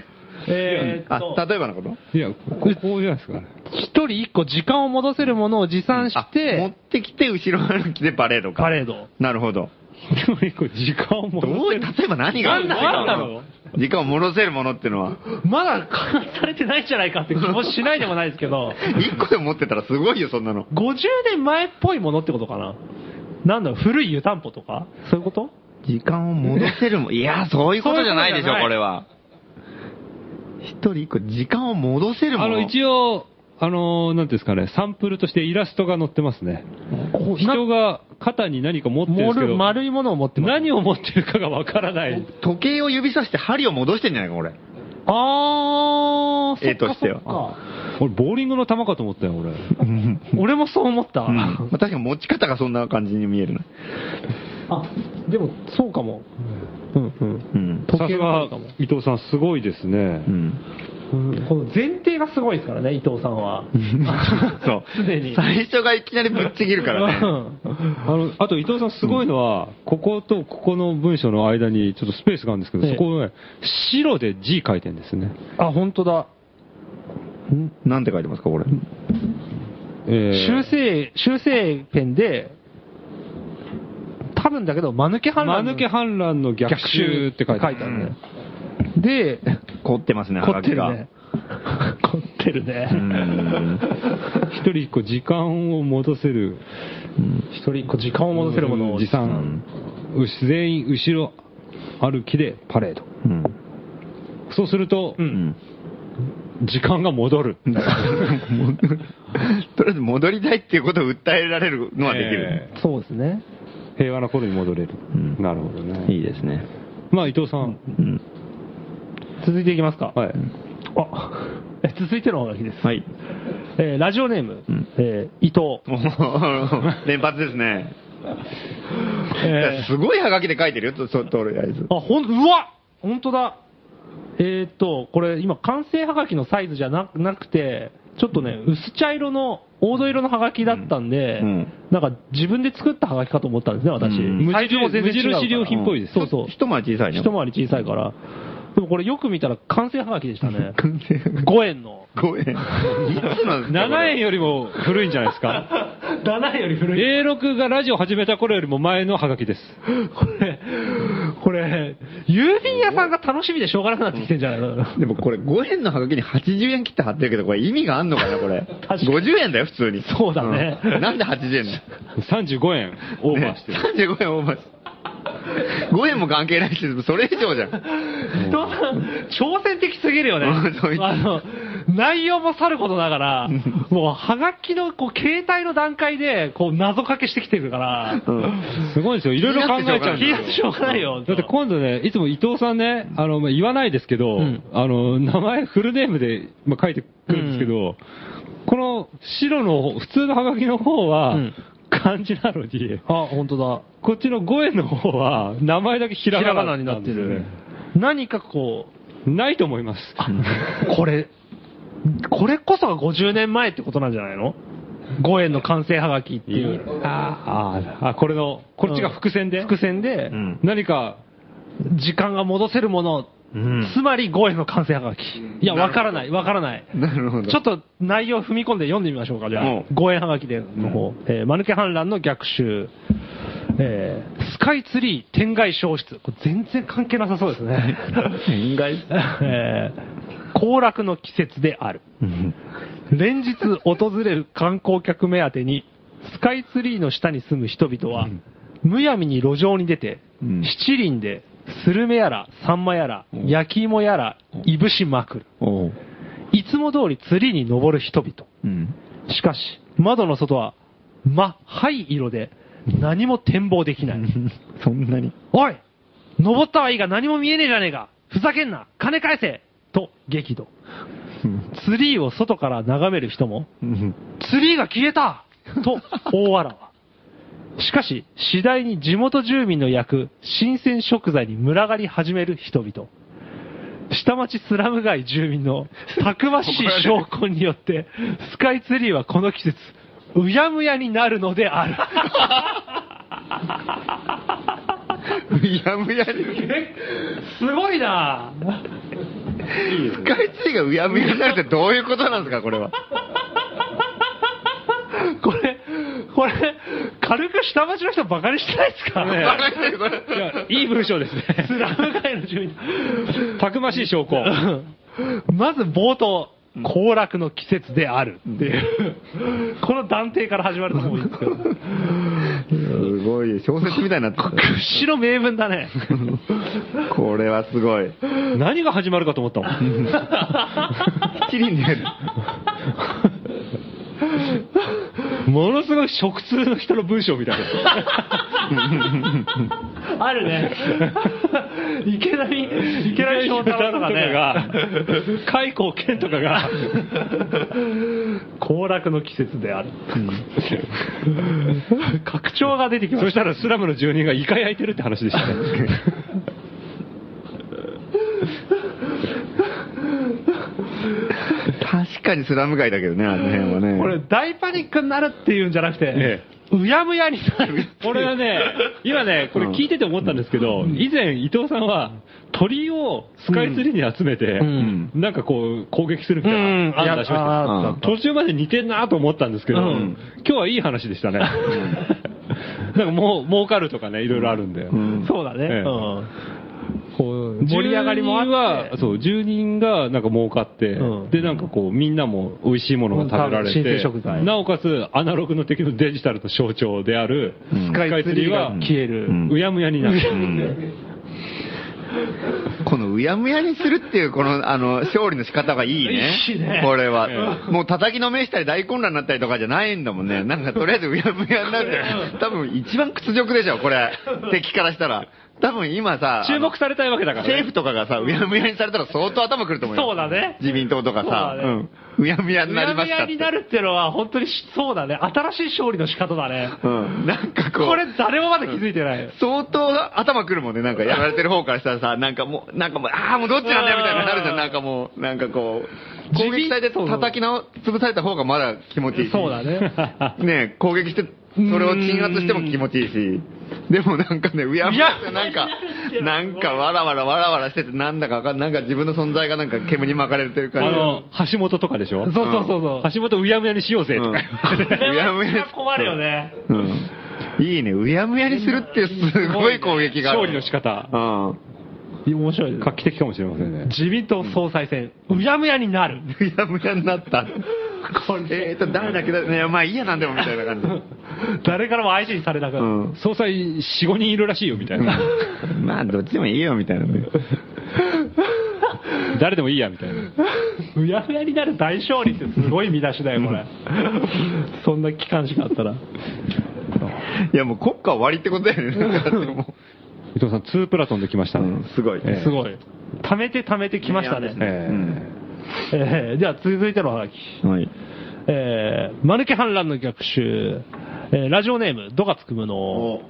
す えーっと
あ、例えばのこと
いや、こここうじゃないですか。
一人一個時間を戻せるものを持参し、
あ持っててきて後ろ歩きでパレードか。
パレード。
なるほど。
一人一個時間を戻
どう
せ
い
る。
例えば何があるんだ
なんだろ
時間を戻せるものってのは、
まだ完されてないんじゃないかって気もしないでもないですけど。
一個でも持ってたらすごいよ、そんなの。
50年前っぽいものってことかな。なんだろう、古い湯たんぽとかそういうこと
時間を戻せ るも、いや、そういうことじゃないでしょ、これは。一人一個、時間を戻せるも
あ
の。
の、一応、あのー、なんていうんですかね、サンプルとしてイラストが載ってますね。人が肩に何か持ってるんですけ
丸
ど、
丸いものを持ってます。
何を持ってるかがわからない。
時計を指さして針を戻してんじゃないか、これ。
あー、
絵としては
そっかそっか
俺、ボーリングの球かと思ったよ、俺。
俺もそう思った。
まあ、確かに持ち方がそんな感じに見えるな。
あ、でも、そうかも。うんうん。
うん。
さすが、伊藤さん、すごいですね
う。 ん。
この前提がすごいですからね、伊藤さん は。
そ う。
常に。
最初がいきなりぶっちぎるからね。
あの、あと伊藤さんすごいのは、こことここの文章の間にちょっとスペースがあるんですけど、
ええ
そこをね、白で字書いてるんですね。
あ、本当だ。
なんて書いてますか、これ。
えー
修正、修正ペンで、多分だけど、間抜け反
間
乱。
抜け反乱の逆襲って書いて
あ
あ
る
る。
ね。で、
凝ってますね、
凝っ
はが
て
き
る
が。
ね。 凝ってるね
う。ん。
一人一個時間を戻せる。
一人一個時間を戻せるものを
持参。う全員後ろ歩きでパレード。
うん。
そうすると、
うん。
時間が戻る。
だからもうとりあえず戻りたいっていうことを訴えられるのはできる。
え
そうですね。
ー平和な頃に戻れる。
うん
なるほどね。
いいですね。
まあ伊藤さん。
うん。
続いていきますか。
はい。
あ、え続いてのお書きです。
はい。
えーラジオネーム
うん、
えー伊藤。
もう、 連発ですね。
え
すごいハガキで書いてるよ、と、ととりあえず。
ーあ、ほん、うわ本当だ。えーっと、これ今完成はがきのサイズじゃななくて、ちょっとね、薄茶色の、黄土色のはがきだったんで、
うんうん
なんか自分で作ったはがきかと思ったんですね、私。
うん
無
サイズも全然違うから
印良品っぽいです。
そうそう。
一回り小さいね。
一回り小さいから。でもこれよく見たら完成はがきでしたね。
完成ハガキ
5円の。
ごめん。いつなんですかこ
7
れ
円よりも古いんじゃないですか。
7円より古い。
A6 がラジオ始めた頃よりも前のハガキです。
これ、これ、郵便屋さんが楽しみでしょうがなくなってきてんじゃないの
でもこれ5円のハガキに80円切って貼ってるけど、これ意味があんのかな、これ。
かに
50円だよ、普通に。
そうだね
うんなんで80円だよ
35円オーバーしてる。
ね35円オーバーして。5円も関係ないし、それ以上じゃん。
伊藤さん、挑戦的すぎるよね
うんそう言っ。て
あの、内容もさることながら、もう、はがきの、こう、携帯の段階で、こう、謎かけしてきてるから、
すごいですよ。いろいろ考えちゃうん
気
で
が
すよ
つ。いてしょうがないよ。
だって今度ね、いつも伊藤さんね、あの、まあ、言わないですけど、
うん
あの、名前、フルネームで、まあ、書いてくるんですけど、この白の、普通のハガキの方は、
うん
漢字なのに、
あ、本当だ。
こっちの5円の方は、名前だけひら
ひら
が
が
な
なになってる
んで。
何かこう、
すね。ないと思います。
これ、これこそが50年前ってことなんじゃないの5円の完成はがきっていう。
あーあ、これの、こっちが伏線で、
伏線で、
ん
何か、
時間が戻せるもの、
うん
つまり5円の完成はがき。いや、わからない、わからない。
なるほど。
ちょっと内容踏み込んで読んでみましょうか、じゃ
う
あ
ん。
五円はがきでの方。えー、マヌケ反乱の逆襲。えー、スカイツリー天外消失。これ全然関係なさそうですね。
天外
えー、行楽の季節である。
うん
連日訪れる観光客目当てに、スカイツリーの下に住む人々は、むやみに路上に出て、
うん
七輪で、スルメやら、サンマやら、焼き芋やら、いぶしまくる。
おう。
いつも通り釣りに登る人々。
うん。
しかし、窓の外は、真っ灰色で、何も展望できない。
そんなに。
おい登ったはいいが何も見えねえじゃねえかふざけんな金返せと激怒。
うん
ツリーを外から眺める人も、
うん。
ツリーが消えたと大笑わ。しかし、次第に地元住民の役、新鮮食材に群がり始める人々。下町スラム街住民のたくましい証拠によって、スカイツリーはこの季節、うやむやになるのである。
いやむやに。
すごいな
スカイツリーがうやむやになるってどういうことなんですか、これは。
これ、これ、軽く下町の人バカにしてないですか
バカにしてるこれ
いやいい文章ですね。
スラム街の住民。
たくましい証拠。
まず冒頭、行楽の季節であるっていう、この断定から始まると思うんですけど、
すごい、小説みたいになってる
屈指の名文だね。
これはすごい。
何が始まるかと思ったもん。
キリンでやる。
ものすごい食通の人の文章みたいな。
あるね。池波、池波翔太郎とかね。
開口健とか が、
行楽の季節である。拡張が出てきま
そ
し。
したたらスラムの住人がイカ焼いてるって話でしたね。
確かにスラム街だけどね、あの辺はね。
これ、大パニックになるっていうんじゃなくて、
え
うやむやになる。
俺はね、今ね、これ聞いてて思ったんですけど、以前伊藤さんは鳥をスカイツリーに集めて、
ん
なんかこう攻撃するみたいな案出しましたよ。
うん
あ
うん
途中まで似てんなと思ったんですけど、
うん
今日はいい話でしたね。なんかもう、儲かるとかね、いろいろあるんで。
うん
そうだね。
ええ
うんこう盛り上がりもあって
住人は、。そう、住人がなんか儲かって、
うん
で、なんかこう、みんなも美味しいものが食べら
う
れ
ん
て
新鮮食、材
なおかつ、アナログの敵のデジタルの象徴である、
うん
スカイツリーは、
スカイツリーが消える
うんうやむやになる。
このうやむやにするっていう、この、あの、勝利の仕方がいいね。
いいね
これは。
う
もう叩きのめしたり大混乱になったりとかじゃないんだもんね。なんかとりあえずうやむやになるって、多分一番屈辱でしょ、これ。敵からしたら。多分今さ、
注目されたいわけだから、ね。
政府とかがさ、うやむやにされたら相当頭くると思うよ。
そうだね
自民党とかさ、
そうだね
うんうやむや
う
にな
や
りま
む
した
や
って。
になるってのは、本当にしそうだね。新しい勝利の仕方だね。
うん。なんかこう。
これ、誰もまだ気づいてない。
相当頭くるもんね、なんかやられてる方からしたらさ、なんかもう、なんかもう、ああ、もうどっちなんだよみたいになるじゃん、なんかもう、なんかこう、攻撃隊で叩き直、潰された方がまだ気持ちいいし。
そうだね。
ねえ攻撃して、それを鎮圧しても気持ちいいし。でもなんかね、うやむやってなんか、なんかわらわらわらわらしてて、なんだかわかんない、なんか自分の存在がなんか煙に巻かれてる
あ
感じ。
の、橋本とかでしょ
そうそうそうそう。
橋本うやむやにしよう ぜとか。
うんうやむや。
困るよね。
うん。いいね、うやむやにするってすごい攻撃がある。
勝利の仕方、
うん。
面白いです
画期的かもしれませんね。
自民党総裁選、うやむやになる。
うやむやになった。これ、えーと、誰だっけだね、まあいいやなんでもみたいな感じ。
誰からも相手にされなくな
う
る。
ん。
総裁4、5人いるらしいよみたいな。
まあ、どっちでもいいよみたいなね。
誰でもいいやみたいな。
うやむやになる大勝利ってすごい見出しだよ、これ。 そんな機関誌があったら。
いや、もう国家終わりってことだよね。なんかでも
伊藤さん、2プラトンで来ました
う
ね。
ん、すごい。
ええ
すごい。貯めて貯めてきましたね。
ええ
えーじゃあ続いてのおはがき。
はい。
えー、マヌケ反乱の逆襲。えーラジオネーム、ドがつくむの。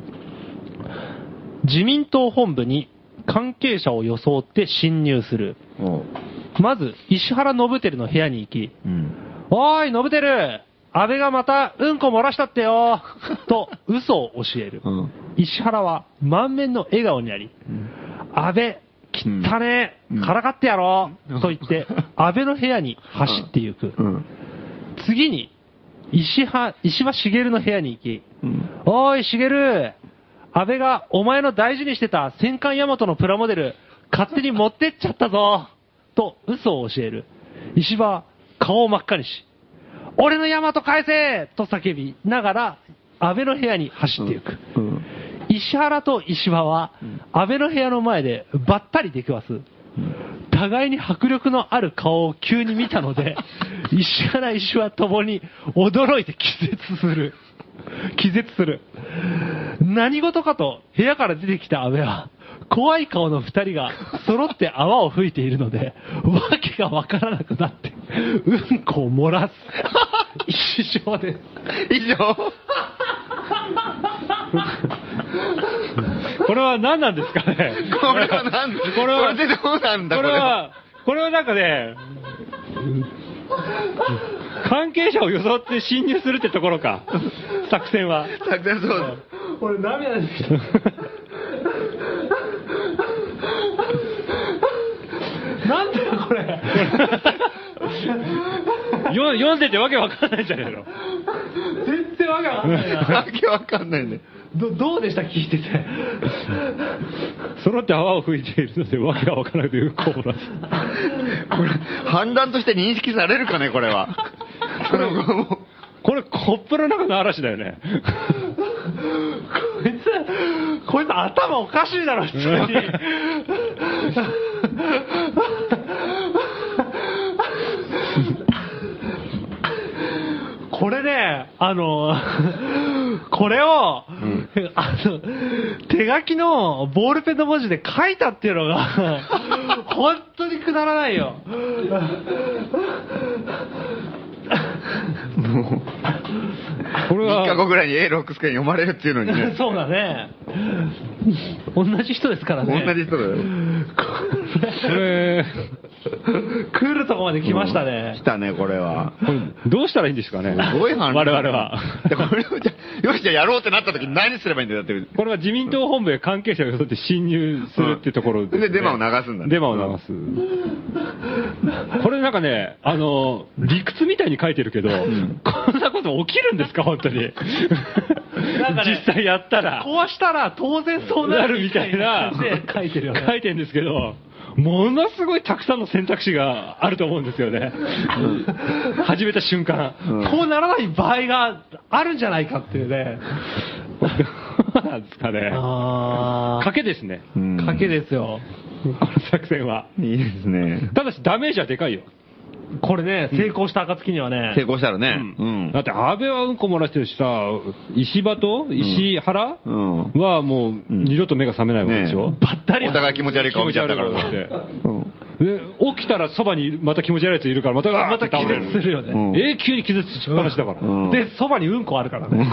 自民党本部に関係者を装って侵入する。
おう
まず、石原信輝の部屋に行き、
うん。
おーい、信輝安倍がまたうんこ漏らしたってよと嘘を教える。
うん
石原は満面の笑顔になり、安倍、汚ねえ、
うん
からかってやろう、
うん
と言って、安倍の部屋に走っていく。
うん
次に、石破、石破茂の部屋に行き、
うん
おい、茂、安倍がお前の大事にしてた戦艦大和のプラモデル、勝手に持ってっちゃったぞと嘘を教える。石破は顔を真っ赤にし、俺の大和返せと叫びながら、安倍の部屋に走っていく。
うん
石原と石破は、安倍の部屋の前でばったり出くわす。互いに迫力のある顔を急に見たの で、石原、石破ともに驚いて気絶する。気絶する。何事かと部屋から出てきた安倍は、怖い顔の二人が揃って泡を吹いているので、わけがわからなくなって、うんこを漏ら す。一生です。
以上
これは何なんですかね
これはなんだ
これは
これでどうなんだ
これは、これはなんかね、関係者を装って侵入するってところか、作戦は。
これはそうだ
俺涙出てき
なんだよこれ。
よ読んでてわけわかんないじゃないの。
全然わけわかんないな。
わけわかんないね
どどうでした聞いてて。
揃って泡を吹いているので、わけがわからなくて、うんこを漏らす。
これ判断として認識されるかねこれはその後も
これ、コップの中の嵐だよね。
こいつ、 こいつ頭おかしいだろ、普通に。これね、あの、これを、あの、手書きのボールペンの文字で書いたっていうのが、本当にくだらないよ。
これ
3日
は、
後ぐらいに A ロックスケに読まれるっていうのにね
そうだね。同じ人ですから
同
ね。
じ人だよ
こ
来
れ、
るとこまで来ましたね。
来たねこれは
これどうしたらいいんですかね。
すごい反
我々は。
でこれをじゃよしじゃあやろうってなった時に何すればいいんだよだって
これは自民党本部へ関係者がそうやって侵入するってところすね
でデマを流すんだね
デマを流す。これなんかね、あの、理屈みたいに書いてるけど、こんなこと起きるんですか、本当に。
なんかね
実際やったら、
こうしたら当然そうな
な
る
るみたいな、
で 書いてるよ
書
ね。
いてるんですけど、ものすごいたくさんの選択肢があると思うんですよね。始めた瞬間。
こうならない場合があるんじゃないかっていうね。
どうなんですかね。
あ
賭けですね。
うん
ー。賭けですよ。
この作戦は。
いいですね
ただしダメージはでかいよ。
これね、成功した暁にはね
成、功したらねう
うん
ん
だって安倍はうんこ漏らしてるしさ、石破と石原
うん
はもう
うん
二度と目が覚めないわけでしょ
ね。
ばったり
お互い気持ち悪い顔見ちゃったから
気持ち悪い
ね
顔して
うん
で起きたらそばにまた気持ち悪いやついるから、また
ま
ま
た気絶するよね。
うん
永久に気絶しっぱなしだから。
うん
で、そばにうんこあるからね。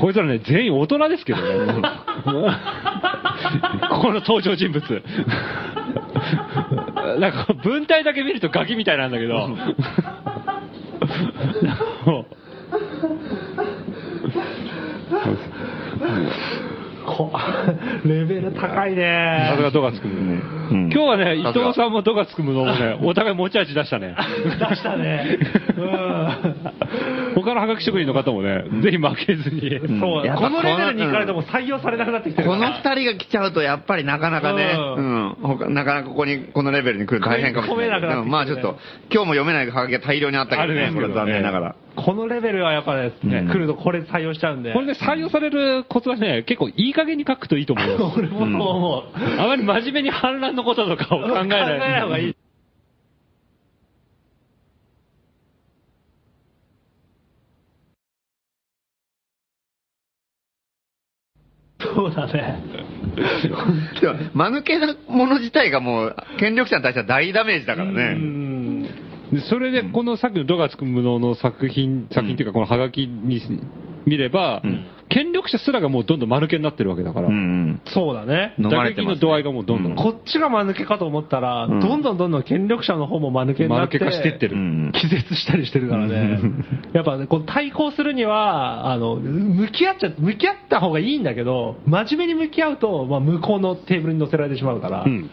こいつらね、全員大人です けどね。ここの登場人物。なんか文体だけ見るとガキみた いなんだけど。
こレベル高い
さす
ね。
がドがつくむね。
うん
今日はね、伊
さすが
藤さんもドがつくむの もね、お互い持ち味出したね。
出した ね。
他のハガキ職人の方もね、ぜひ負けずに。
うん。そう、
やっぱ
このレベルに行かれても採用されなくなってきてる
こ
か
の
ら。
二人が来ちゃうと、やっぱりなかなかね、
う
うん、他なかなかここに、このレベルに来るの大変かもしれない。
込めなくなってきてね
でもまあちょっと、今日も読めないハガキが大量にあったけど
あ
ね
る、ね
これは残念ながら。
このレベルはやっぱね、
うん
来るとこれ採用しちゃうんで。
これね、採用されることはね、結構いい加減に書くといいと思います。
俺もそう思う。
あまり真面目に反乱のこととかを考えない。
方がいい。そうだね。
でも、間抜けなもの自体がもう、権力者に対しては大ダメージだから
う
ね。
ん。
でそれで、このさっきのドガつく無能の作品、作品っていうか、このハガキに見れば、権力者すらがもうどんどん丸けになってるわけだから、
うん
そうだね。
飲ま
打
れて
撃
ますね
の度合いがもうどんどん、
うん
こ
こっちが間抜けかと思ったら、
うん
どんどんどんどん権力者の方も間抜けになって、
間抜け化してってる
うん
気絶したりしてるからね
うん。
やっぱね、この対抗するには、あの、向き合っちゃ、向き合った方がいいんだけど、真面目に向き合うと、まあ、向こうのテーブルに乗せられてしまうから、
うん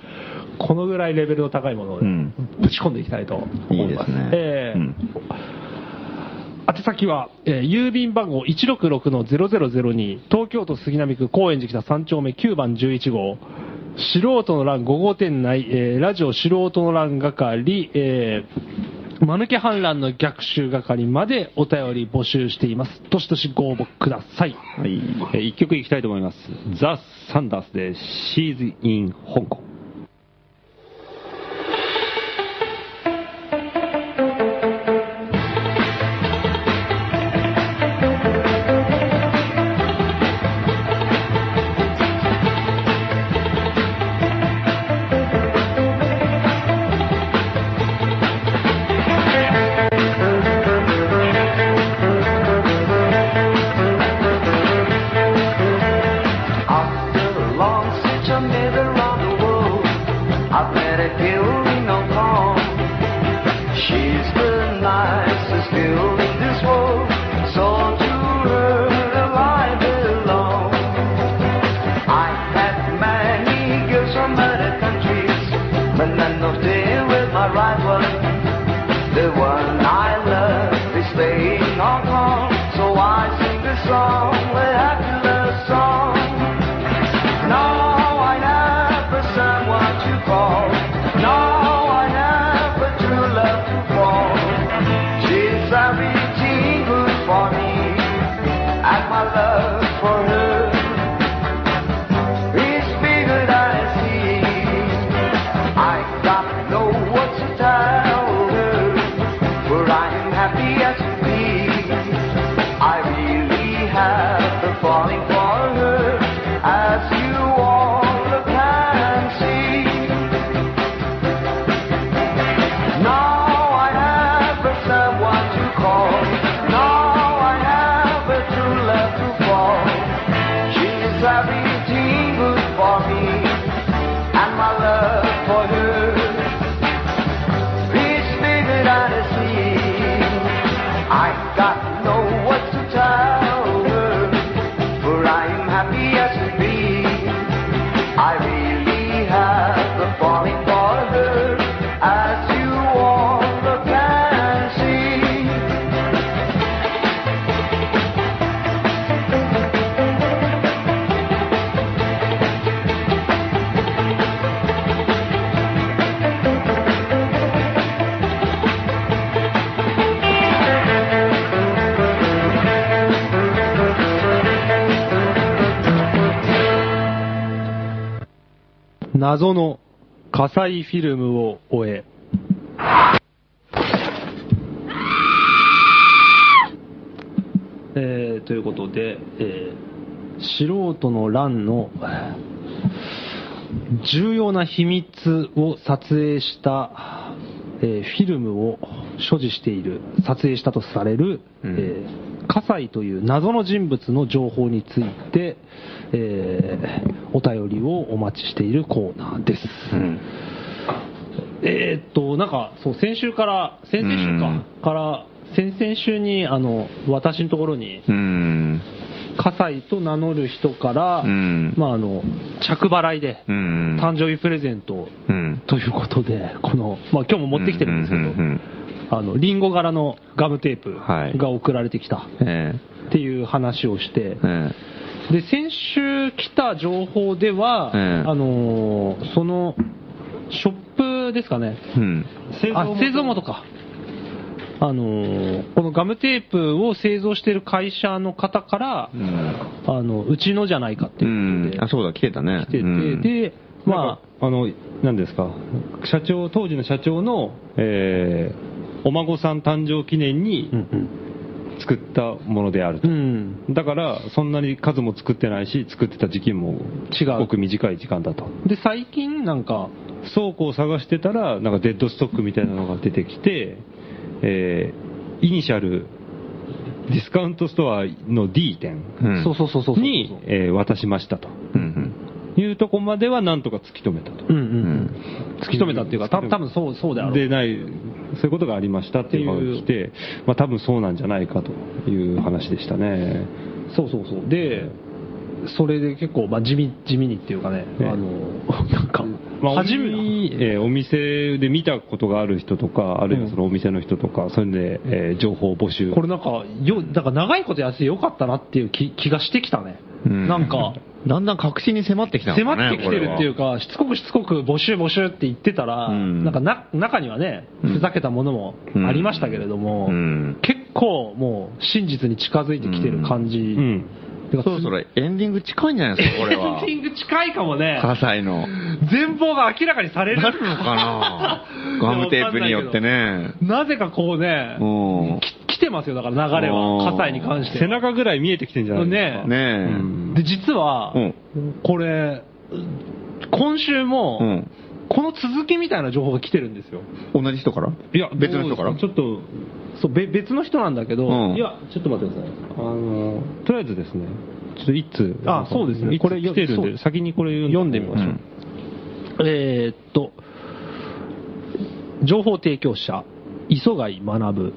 このぐらいレベルの高いものを
うん
ぶち込んでいきたいと思
いい
い
で
ますす。
ね。
えー
うん
宛先は、えー郵便番号166-0002東京都杉並区高円寺北3丁目9番11号素人の欄5号店内、えーラジオ素人の欄係、えー、間抜け反乱の逆襲係までお便り募集していますどしどしご応募ください
はい。
えー一曲いきたいと思いますザ・サンダースで「She's in 香港」
After a long journey around the world, I met a girl in Hong Kong. She's the nicest girl in this world, so to her I belong. I had many girls from other countries, but none of them were my right one. The one I love is staying in Hong Kong, so I sing the song, a happy love song. No, I never someone to call. No, I never true love to fall. She's everything good for me, and my love for her is bigger than I see. I don't know what to tell her, but I'm happy as can be. I really have been falling for her, as you all can see. Now I have a someone to call. Now I have a true love to fall. She's everything good for me, and my love for her. Please leave it honestly. I got no what to tell her, for I am happy as can be. I really have the falling for her, as you all can see.
謎の火災フィルムを終ええーということで、えー素人の乱の重要な秘密を撮影した、えーフィルムを所持している、撮影したとされる、
うん
えー葛西という謎の人物の情報について、えーお便りをお待ちしているコーナーです。
うん
えーっと、なんか、そう、先週から、先々週か、
うん
から、先々週に、あの、私のところに、
うん。
葛西と名乗る人から、
うん
まあ、あの、着払いで、
うん。
誕生日プレゼントを
うん。
ということで、この、まあ、今日も持ってきてるんですけ
うんうんうん
ど、あの、リンゴ柄のガムテー
はい
プが送られてきた
え
っていう話をして
え。、え
で、先週来た情報では、
ええ
あのーその、ショップですかね、
え。うん。
あ製造元か。あのーこのガムテープを製造している会社の方から、
うん。
あの、うちのじゃないかって
う
いうこ
ん。あ、
と
そうだ、来てたね。
で、
うん
来てて、で、まあ、
あの何ですか社長当時の社長の、えーお孫さん誕生記念に作ったものであると、
うん
だからそんなに数も作ってないし作ってた時期も
違う
ごく短い時間だと
で、最近なんか、
倉庫を探してたらなんかデッドストックみたいなのが出てきて、えーイニシャルディスカウントストアの D 店
うん
そうそうそうそうそう。
に、えー渡しましたと
うん
いうとこまではなんとか突き止めたと。
うんう
うん
ん。突き止めたっていうか、た多分そう、そうであろう。
でない、そういうことがありましたっていうのが来て、まあ多分そうなんじゃないかという話でしたね。
そうそうそう。で、それで結構、まあ、地味、地味にっていうかね、
ね
あの、 なんか、
まあ、
初
初
め
めえーお店で見たことがある人とか、あるいはそのお店の人とか、それで、えー情報を募集。
これなんか、よ、だから長いことやってよかったなっていう気気がしてきたね。
うん
なんか、
だんだん確信に迫ってきたのかね
迫ってきてるっていうか、しつこくしつこく募集募集って言ってたら、
うん
なんかな中にはね、
うん
ふざけたものもありましたけれども、
うん
結構もう真実に近づいてきてる感じ。
うん。
てか
そろ そろエンディング近いんじゃないです か、これ
エ
は
ンデ。ィング近いかもね。
葛西の。
全貌が明らかに される。
なるのかな ガムテープによってね。
なぜかこうね、
うん。
き来てますよ、だから流れ
うん
は、葛西に関しては。
背中ぐらい見えてきてんじゃないです
ね
か。う
え。
ん
で、実は、
うん
これ、今週も、
うん
この続きみたいな情報が来てるんですよ。
同じ人から
いや、
別の人から
ちょっと、
そう、べ別の人なんだけど、
うん
いや、ちょっと待ってください。
あの、とりあえずですね、ちょっと一通。
あそうですね
こ
これ
れ来てるん
そ
で、
う
先にこれ
読んでみましょう。えーっと、情報提供者、磯貝学。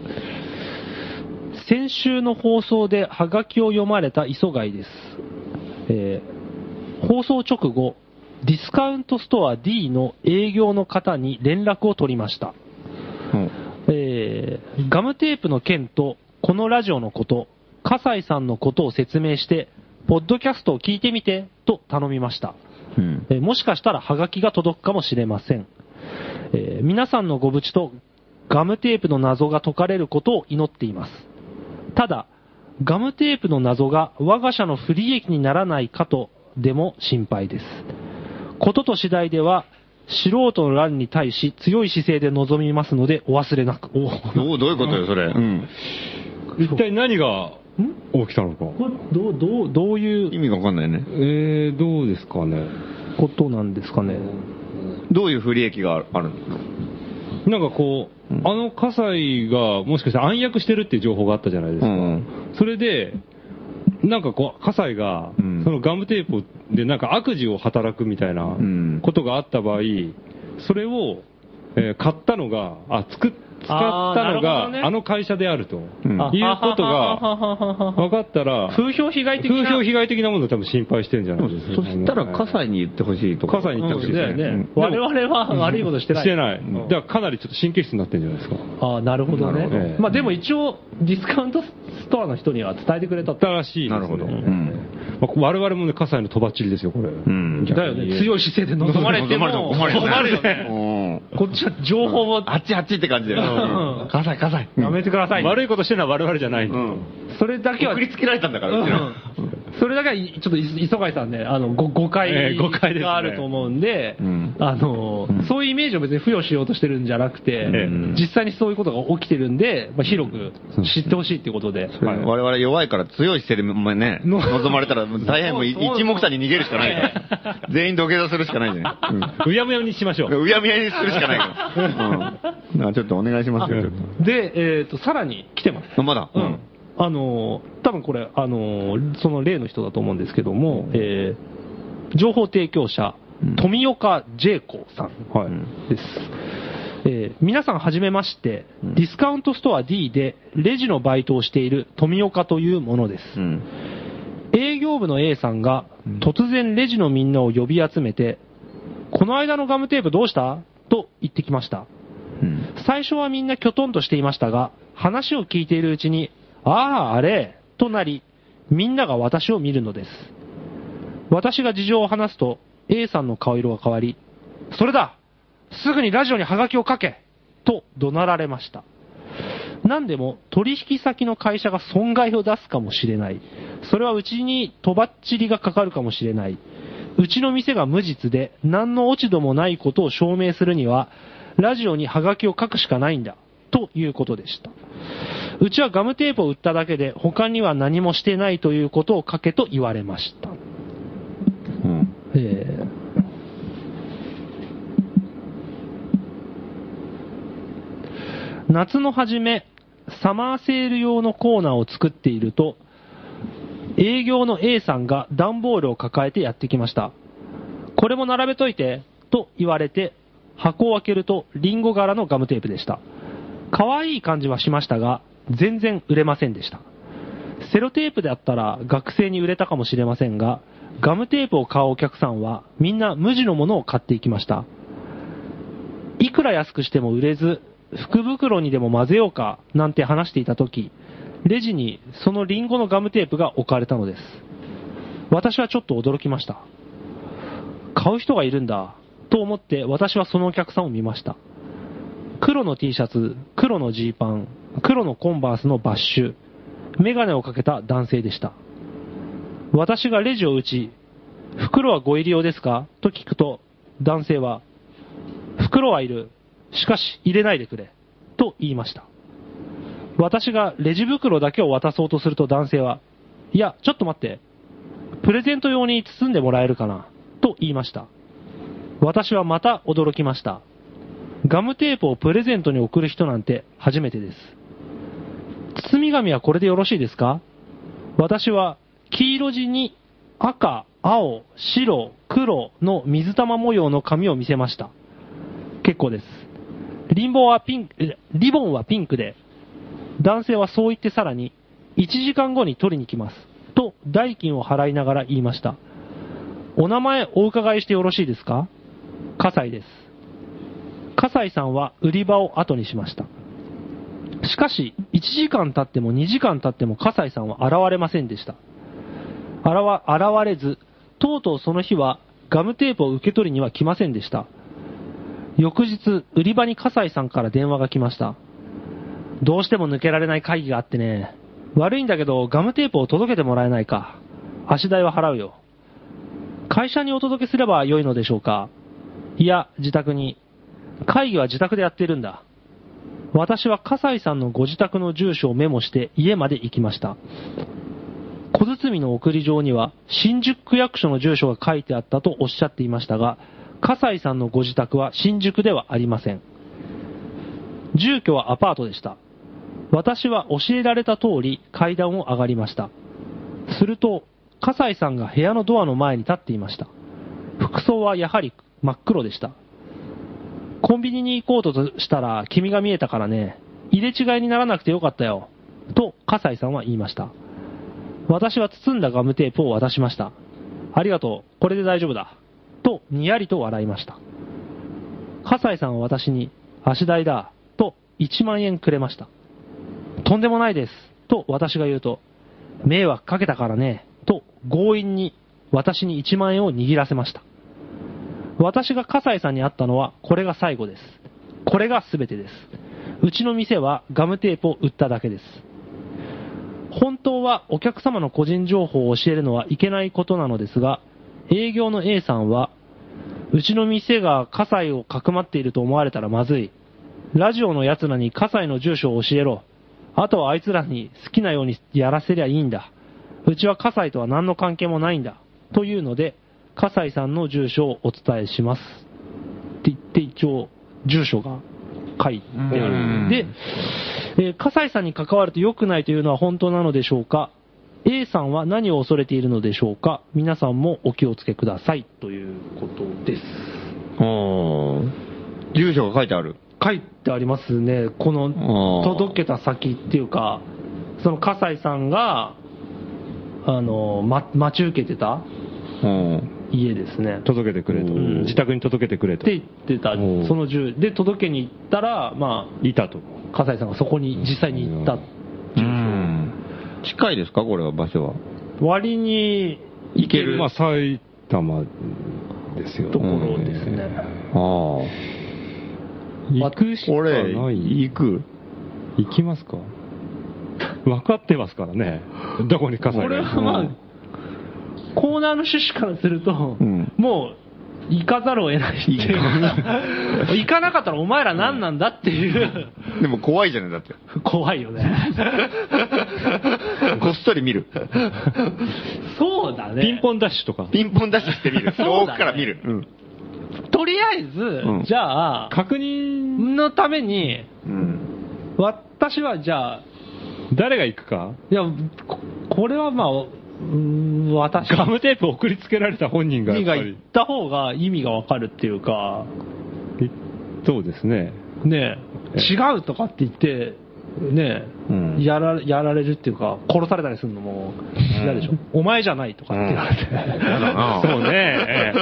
先週の放送でハガキを読まれた磯貝です。えー放送直後、ディスカウントストア D の営業の方に連絡を取りました。
うん。
えーガムテープの件と、このラジオのこと、笠井さんのことを説明して、ポッドキャストを聞いてみて、と頼みました。
うん。
えーもしかしたらハガキが届くかもしれません。えー皆さんのご無事とガムテープの謎が解かれることを祈っています。ただ、ガムテープの謎が我が社の不利益にならないかとでも心配です。ことと次第では、素人の乱に対し強い姿勢で臨みますのでお忘れなく。お
どうどういうことよ、それ。うん。
一体何が起きたのか。
これどう、どう、どうい
意
う
味がわかんないね。
えー、どうですかね。
ことなんですかね。
どういう不利益があるの
なんかこう、
うん
あの葛西がもしかして暗躍してるっていう情報があったじゃないですか。
うん
それで、なんかこう、葛西が、
うん
そのガムテープでなんか悪事を働くみたいなんことがあった場合、それを、えー買ったのが、あ、つく、使ったのが
あーなるほど
あ,、
ね
の会社であると、
んあ
いうことが分かったら、
風評被害的
風
な。
評被害的なものを多分心配してるんじゃないですか、
そしたら、葛西に言ってほしいとか。
葛西に言ってほしい
だ
で
よ
す
ね、
ね。うん
我々は悪いことしてない。
してない。
ん
だからかなりちょっと神経質になってるんじゃないですか。
ああ、なるほど
な
ね
るほど
え。え
まあでも一応、ディスカウントストアの人には伝えてくれたって。
新しいですね。
なるほど
う
うん
んまあ、我々もね、葛西のとばっちりですよ、これ。
ん
逆
だよ
に
ね。強い姿勢で臨まれても
困るよね。
困るよね。
ね。
こっちは情報を、
うん。あっちあっちって感じだよ。
カサイカサイ。やめてくださいね。
悪いことしてるのは我々じゃないんで。
それだけは、
送りつけられたんだか
う
ら、うちら
んそれだけは、ちょっと磯貝さんね、あの、ご誤解
ええ誤解ですね
があると思うんで
うん、
あの
うん、
そういうイメージを別に付与しようとしてるんじゃなくて
え、
実際にそういうことが起きてるんで、まあ広く知ってほしいっていうことで。
それ我々弱いから強い姿勢でね、望まれたら大変もう一目散に逃げるしかないから。全員土下座するしかないじゃな
うやむやにしましょ
い。
う。
うやむやにするしかないから。うん。だからちょっとお願いしますよ、ちょっ
で、えっと、さらに来てます。
と。まだ。
うん。あのー多分これ、あのーその例の人だと思うんですけども、えー情報提供者
うん、
富岡ジェイコさん
はい。
です。えー皆さんはじめまして、
うん
ディスカウントストア D でレジのバイトをしている富岡というものです。
うん。
営業部の A さんが突然レジのみんなを呼び集めて、この間のガムテープどうしたと言ってきました。
うん。
最初はみんなきょとんとしていましたが、話を聞いているうちに、ああ、あれ、となり、みんなが私を見るのです。私が事情を話すと、A さんの顔色が変わり、それだすぐにラジオにハガキを書けと怒鳴られました。何でも取引先の会社が損害を出すかもしれない。それはうちにとばっちりがかかるかもしれない。うちの店が無実で何の落ち度もないことを証明するには、ラジオにハガキを書くしかないんだ。ということでした。うちはガムテープを売っただけで他には何もしてないということを書けと言われました。
うん。
えー夏の初め、サマーセール用のコーナーを作っていると、営業の A さんが段ボールを抱えてやってきました。これも並べといて、と言われて、箱を開けるとリンゴ柄のガムテープでした。可愛い感じはしましたが、全然売れませんでした。セロテープだったら学生に売れたかもしれませんが、ガムテープを買うお客さんはみんな無地のものを買っていきました。いくら安くしても売れず、福袋にでも混ぜようかなんて話していた時レジにそのリンゴのガムテープが置かれたのです。私はちょっと驚きました。買う人がいるんだ、と思って私はそのお客さんを見ました。黒の T シャツ、黒のジーパン、黒のコンバースのバッシュ、メガネをかけた男性でした。私がレジを打ち、袋はご入り用ですかと聞くと、男性は、袋はいる。しかし、入れないでくれ。と言いました。私がレジ袋だけを渡そうとすると男性は、いや、ちょっと待って。プレゼント用に包んでもらえるかなと言いました。私はまた驚きました。ガムテープをプレゼントに送る人なんて初めてです。包み紙はこれでよろしいですか私は黄色地に赤、青、白、黒の水玉模様の紙を見せました。結構です。リンボはピンク、えリボンはピンクで、男性はそう言ってさらに、1時間後に取りに来ます。と、代金を払いながら言いました。お名前お伺いしてよろしいですか葛西です。葛西さんは売り場を後にしました。しかし、1時間経っても2時間経っても葛西さんは現れませんでした。現わ現れず、とうとうその日はガムテープを受け取りには来ませんでした。翌日、売り場に葛西さんから電話が来ました。どうしても抜けられない会議があってね。悪いんだけど、ガムテープを届けてもらえないか。足代は払うよ。会社にお届けすれば良いのでしょうか。いや、自宅に。会議は自宅でやってるんだ。私は葛西さんのご自宅の住所をメモして家まで行きました。小包の送り状には新宿区役所の住所が書いてあったとおっしゃっていましたが、葛西さんのご自宅は新宿ではありません。住居はアパートでした。私は教えられた通り階段を上がりました。すると、葛西さんが部屋のドアの前に立っていました。服装はやはり真っ黒でした。コンビニに行こうとしたら君が見えたからね、入れ違いにならなくてよかったよ、と葛西さんは言いました。私は包んだガムテープを渡しました。ありがとう、これで大丈夫だ。と、にやりと笑いました。葛西さんは私に、足代だ、と1万円くれました。とんでもないです、と私が言うと、迷惑かけたからね、と強引に私に1万円を握らせました。私が葛西さんに会ったのはこれが最後です。これが全てです。うちの店はガムテープを売っただけです。本当はお客様の個人情報を教えるのはいけないことなのですが、営業の A さんは、うちの店が葛西をかくまっていると思われたらまずい。ラジオの奴らに葛西の住所を教えろ。あとはあいつらに好きなようにやらせりゃいいんだ。うちは葛西とは何の関係もないんだ。というので、葛西さんの住所をお伝えします。って言って一応、住所が書いてあるんです。で、えー葛西さんに関わると良くないというのは本当なのでしょうか A さんは何を恐れているのでしょうか皆さんもお気をつけくださいということです。
ああ。住所が書いてある。
書いてありますね、この
あー
届けた先っていうか、その葛西さんがあの、ま、待ち受けてた
うん。
家ですね。
届けてくれと。
うん
自宅に届けてくれ
っ
と。
て言ってた、
おう
その銃で届けに行ったら、ま
いたと。
あ、葛西さんがそこに実際に行った、
近いですかこれは場所は。
割に
行ける
まあ、埼玉ですよね。
ところですね。
ああ。
行くしか
俺、
ない。
行く。
行きますか分かってますからね。どこに火災
これはまあ、コーナーの趣旨からすると、
うん
もう行かざるを得ないっていうか、行かなかったらお前ら何なんだっていう、
でも怖いじゃない、だって。
怖いよ ね。
こっそり見 る。
そうだね。
ピンポンダッシュとか。
ピンポンダッシュして見る。
そうだね
遠くから見る。うん
とりあえず、
ん
じゃあ、
確認
のために、
うん。
私はじゃあ、
誰が行くか
いや、ここれはまあ、うーん私
ガムテープ送りつけられた本人がやっぱ
が行
り
っ。た方が意味がわかるっていうか、
そうですね。
ねえ
ええ
違うとかって言って、ねえ、
うん
やらやられるっていうか、殺されたりするのも嫌でしょ、お前じゃないとかって言われて、
あそうね。え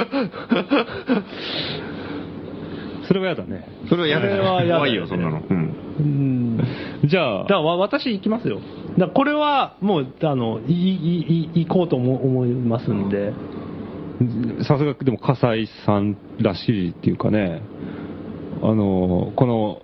えそれはやだね。
それはやだ
それはやだ
怖いよ、そんなの。うん。
うん、だ
じゃあ
か、らわ私、行きますよ、だからこれはもうあのいいいい行こうと思思いますんで、
さすが、でも、笠井さんらしいっていうかね、あの、この、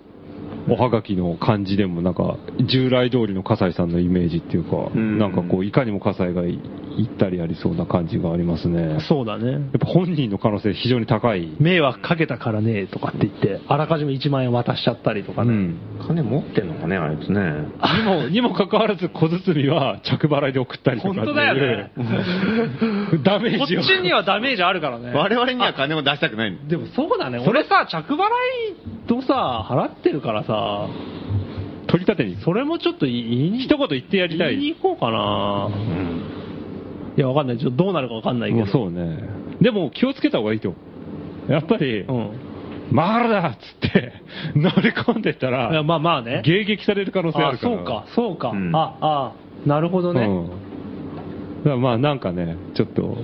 おはがきの感じでもなんか、従来通りの笠井さんのイメージっていうか、
ん
なんかこう、いかにも笠井がい行ったりやりそうな感じがありますね。
そうだね、
やっぱ本人の可能性非常に高い。
迷惑かけたからねとかって言って、あらかじめ1万円渡しちゃったりとか
う
ね。
ん。
金持ってんのかね、あいつね。
にも、にもかかわらず小包は着払いで送ったりとかっていう。
本当だよね
ダメ
こ
ー
っち
ジを。
にはダメージあるからね。
我々には金を出したくない。
でもそうだね、俺さ、着払いとさ、払ってるからさ、
取り立てに。
それもちょっと言いに
一言言ってやりた
言い
い。
に行こうかな、いや、わかんない、ちょっとどうなるかわかんないけ
も
ど、
うそうね。でも気をつけた方がいいと思う。やっぱり、
うん、
回るだっつって、 乗り込んでった
いや
ら、
まあまあね、
迎撃される可能性あ
あ
るから。
そうか、そうか、
うん
ああ、なるほどね、
うん。だからまあなんかね、ちょっと、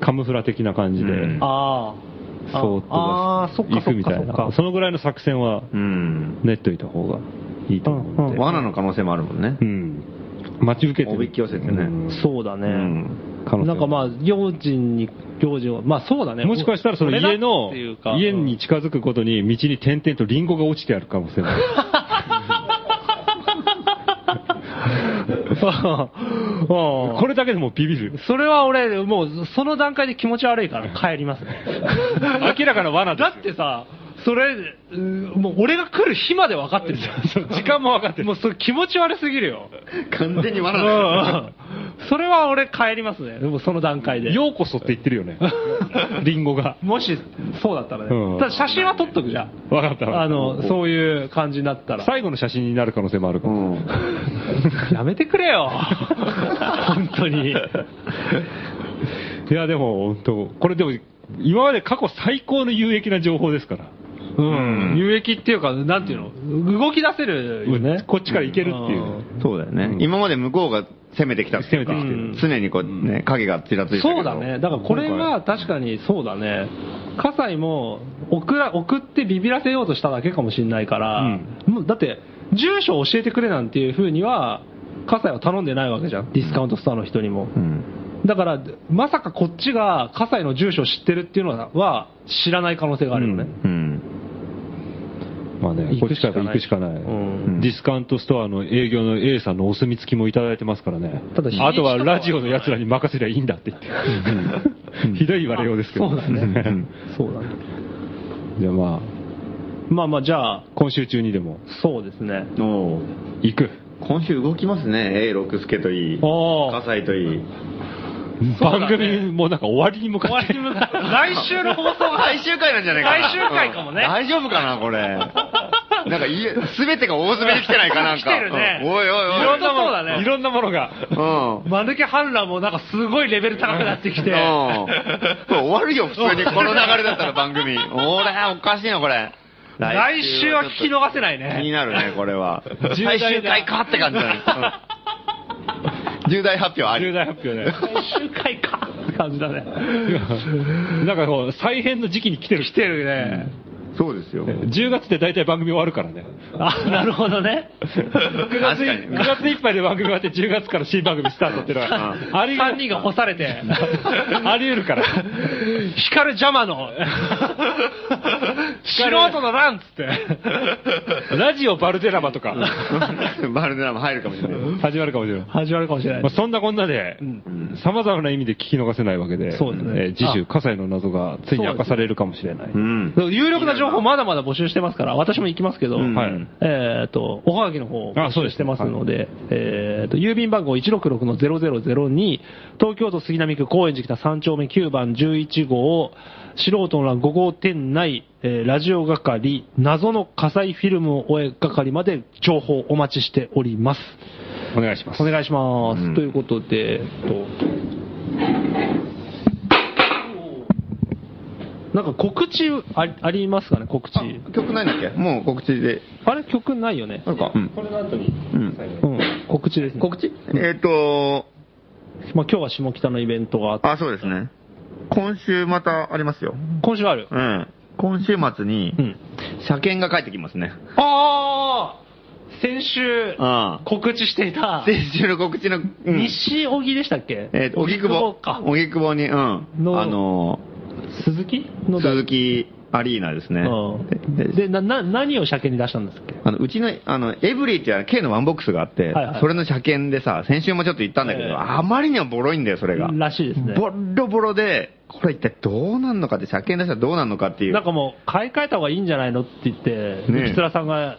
カムフラ的な感じで、
うん
ああ、
そーっと
ああ、そっか、
行
そ
く
っ
み
か、
た
そ
い
っ
な。
か
そ、のぐらいの作戦は
うん。
練っといた方がいいと思うので。
罠の可能性もあるもんね
う。ん。待ち受けてる
おびき寄せてね
うん
そうだね。
うん。
可能性
なんかま
あ
あ、用心に、用心を、まあそうだね。
もしかしたらその
俺だ
家の
っていうか、
家に近づくことに道に点々とリンゴが落ちてあるかもしれない。こ
これ、
れだけでもうビビる。
それは俺、もう、その段階で気持ち悪いから帰りますね。
明らかな罠です
だ
よ
ってさ、それ、うーもう俺が来る日まで分かってるじゃ ん。時間も分かってる。もうそれ気持ち悪すぎるよ。
完全に
う
罠だ。
ん。それは俺帰りますね。もうその段階で。
ようこそって言って るよね。リンゴが。
もし、そうだったらね。
うん
ただ写真は撮っとくじゃん。
わかったわかった
あの、そういう感じになった ら。
最後の写真になる可能性もあるか
う
も。
ん。
やめてくれよ。 本当に。
いや、でも、本当これでも、今まで過去最高の有益な情報ですから。
うん。有益っていうか、なんていうの動き出せるよね。
こっちからいけるっていう。
そうだよね
う。ん
今まで向こうが攻めてきたっていうか
攻め
てきて
常にこうね、影がちらついてるけど
そうだね。だからこれは確かにそうだね。葛西も送ら送ってビビらせようとしただけかもしれないから、もうだって、住所教えてくれなんていうふうには、葛西は頼んでないわけじゃん。ディスカウントストアの人にも。
うん。
だから、まさかこっちが葛西の住所を知ってるっていうのは知らない可能性があるよね。
うん。
まあね、こっちから行くしかない。
うん
ディスカウントストアの営業の A さんのお墨付きもいただいてますからね。
ただ日にち
あとはラジオの奴らに任せりゃいいんだって言って。 ひどい言われようですけど。
そうだね。そうだね。
じゃあまあ、
まあまあ、じゃあ、
今週中にでも
そうですね。
おう
行く。
今週動きますね。A 六助といい。
おー
葛西といい。
そうだ
番
ね
組もなんか終わりに向か
終わ
っ
り
て。
に向かって、来週の放送が、
最終回なんじゃないかな。
最終回かもね
うん大丈夫かな、これ。なんかいえ、すべてが大詰めに来てないかなんか。
来てるね
うんおいおいおい。
いろんなものそうだね
いろんなものが。
うん。
マヌケ反乱もなんかすごいレベル高くなってきて、
うんこれ終わるよ、普通に。この流れだったら番組。俺、おかしいな、これ。
来週は聞き逃せない
気
ね。
になるね、これは。
重大
最
だ
終回かって感じだね。うん重大発表あり。
重大発表ね。
来週回かって 感じだね。
なんかこう、再編の時期に来てる。
来てるね。
そうです よ。
10月で大体番組終わるからね。
あ、なるほどね。
9月
確
い
かに
9月いっぱいで番組終わって10月から新番組スタートって のは、あり
3人が干されて、
あり得るから。
光る邪魔 の、素人の乱っつって。
ラジオバルデラマとか、
バルデラも入るかもしれない。
始まるかもしれない。
始まるかもしれない
まあ、。そんなこんなで、さまざまな意味で聞き逃せないわけで、
そうですね
えー次週、葛西の謎がついに明かされるかもしれない。
うん。
有力な情報まだまだ募集してますから、私も行きますけど、
うん
はい
えっ、と、おはがきの方を募
あそう
集
ですね
してますので、えっ、と、郵便番号166-0002、東京都杉並区高円寺北3丁目9番11号、素人の欄5号店内、えーラジジオ係、謎の火災フィルムを追え係まで情報お待ちしております。
お願いします。
お願いします。
うん
ということで、えっと、なんか告知ありありますかね、告知。
あ曲ないんだっけもう告知で。
あれ、曲ないよね
あ。るかうん。
これの後に、
うん
最後
うん、告知ですね。
告知えっ、と、
まあ、今日は下北のイベントがあって、
あ、そうですね。今週またありますよ。
今週ある。
うん。今週末に
う、ん。
車検が帰ってきますね。
ああ先週、
ああ。
告知していた、
先週の告知の、うん
西荻でしたっけ
えっ、と、荻窪
か。。
荻窪に、うん。あ
の
の、
鈴木の
鈴木アリーナですね。
うん
で
で、な、な、何を車検に出したんですっけ
あのうちの、あの、エブリーっていう K のワンボックスがあって、
はいはい
それの車検でさ、先週もちょっと行ったんだけど、
ええ
あまりにもボロいんだよ、それが。
らしいですね。
ボロボロで、これ一体どうなんのかって、車検出したらどうなんのかっていう。
なんかもう、買い替えた方がいいんじゃないのって言って、
ねえ
ね、つらさんが、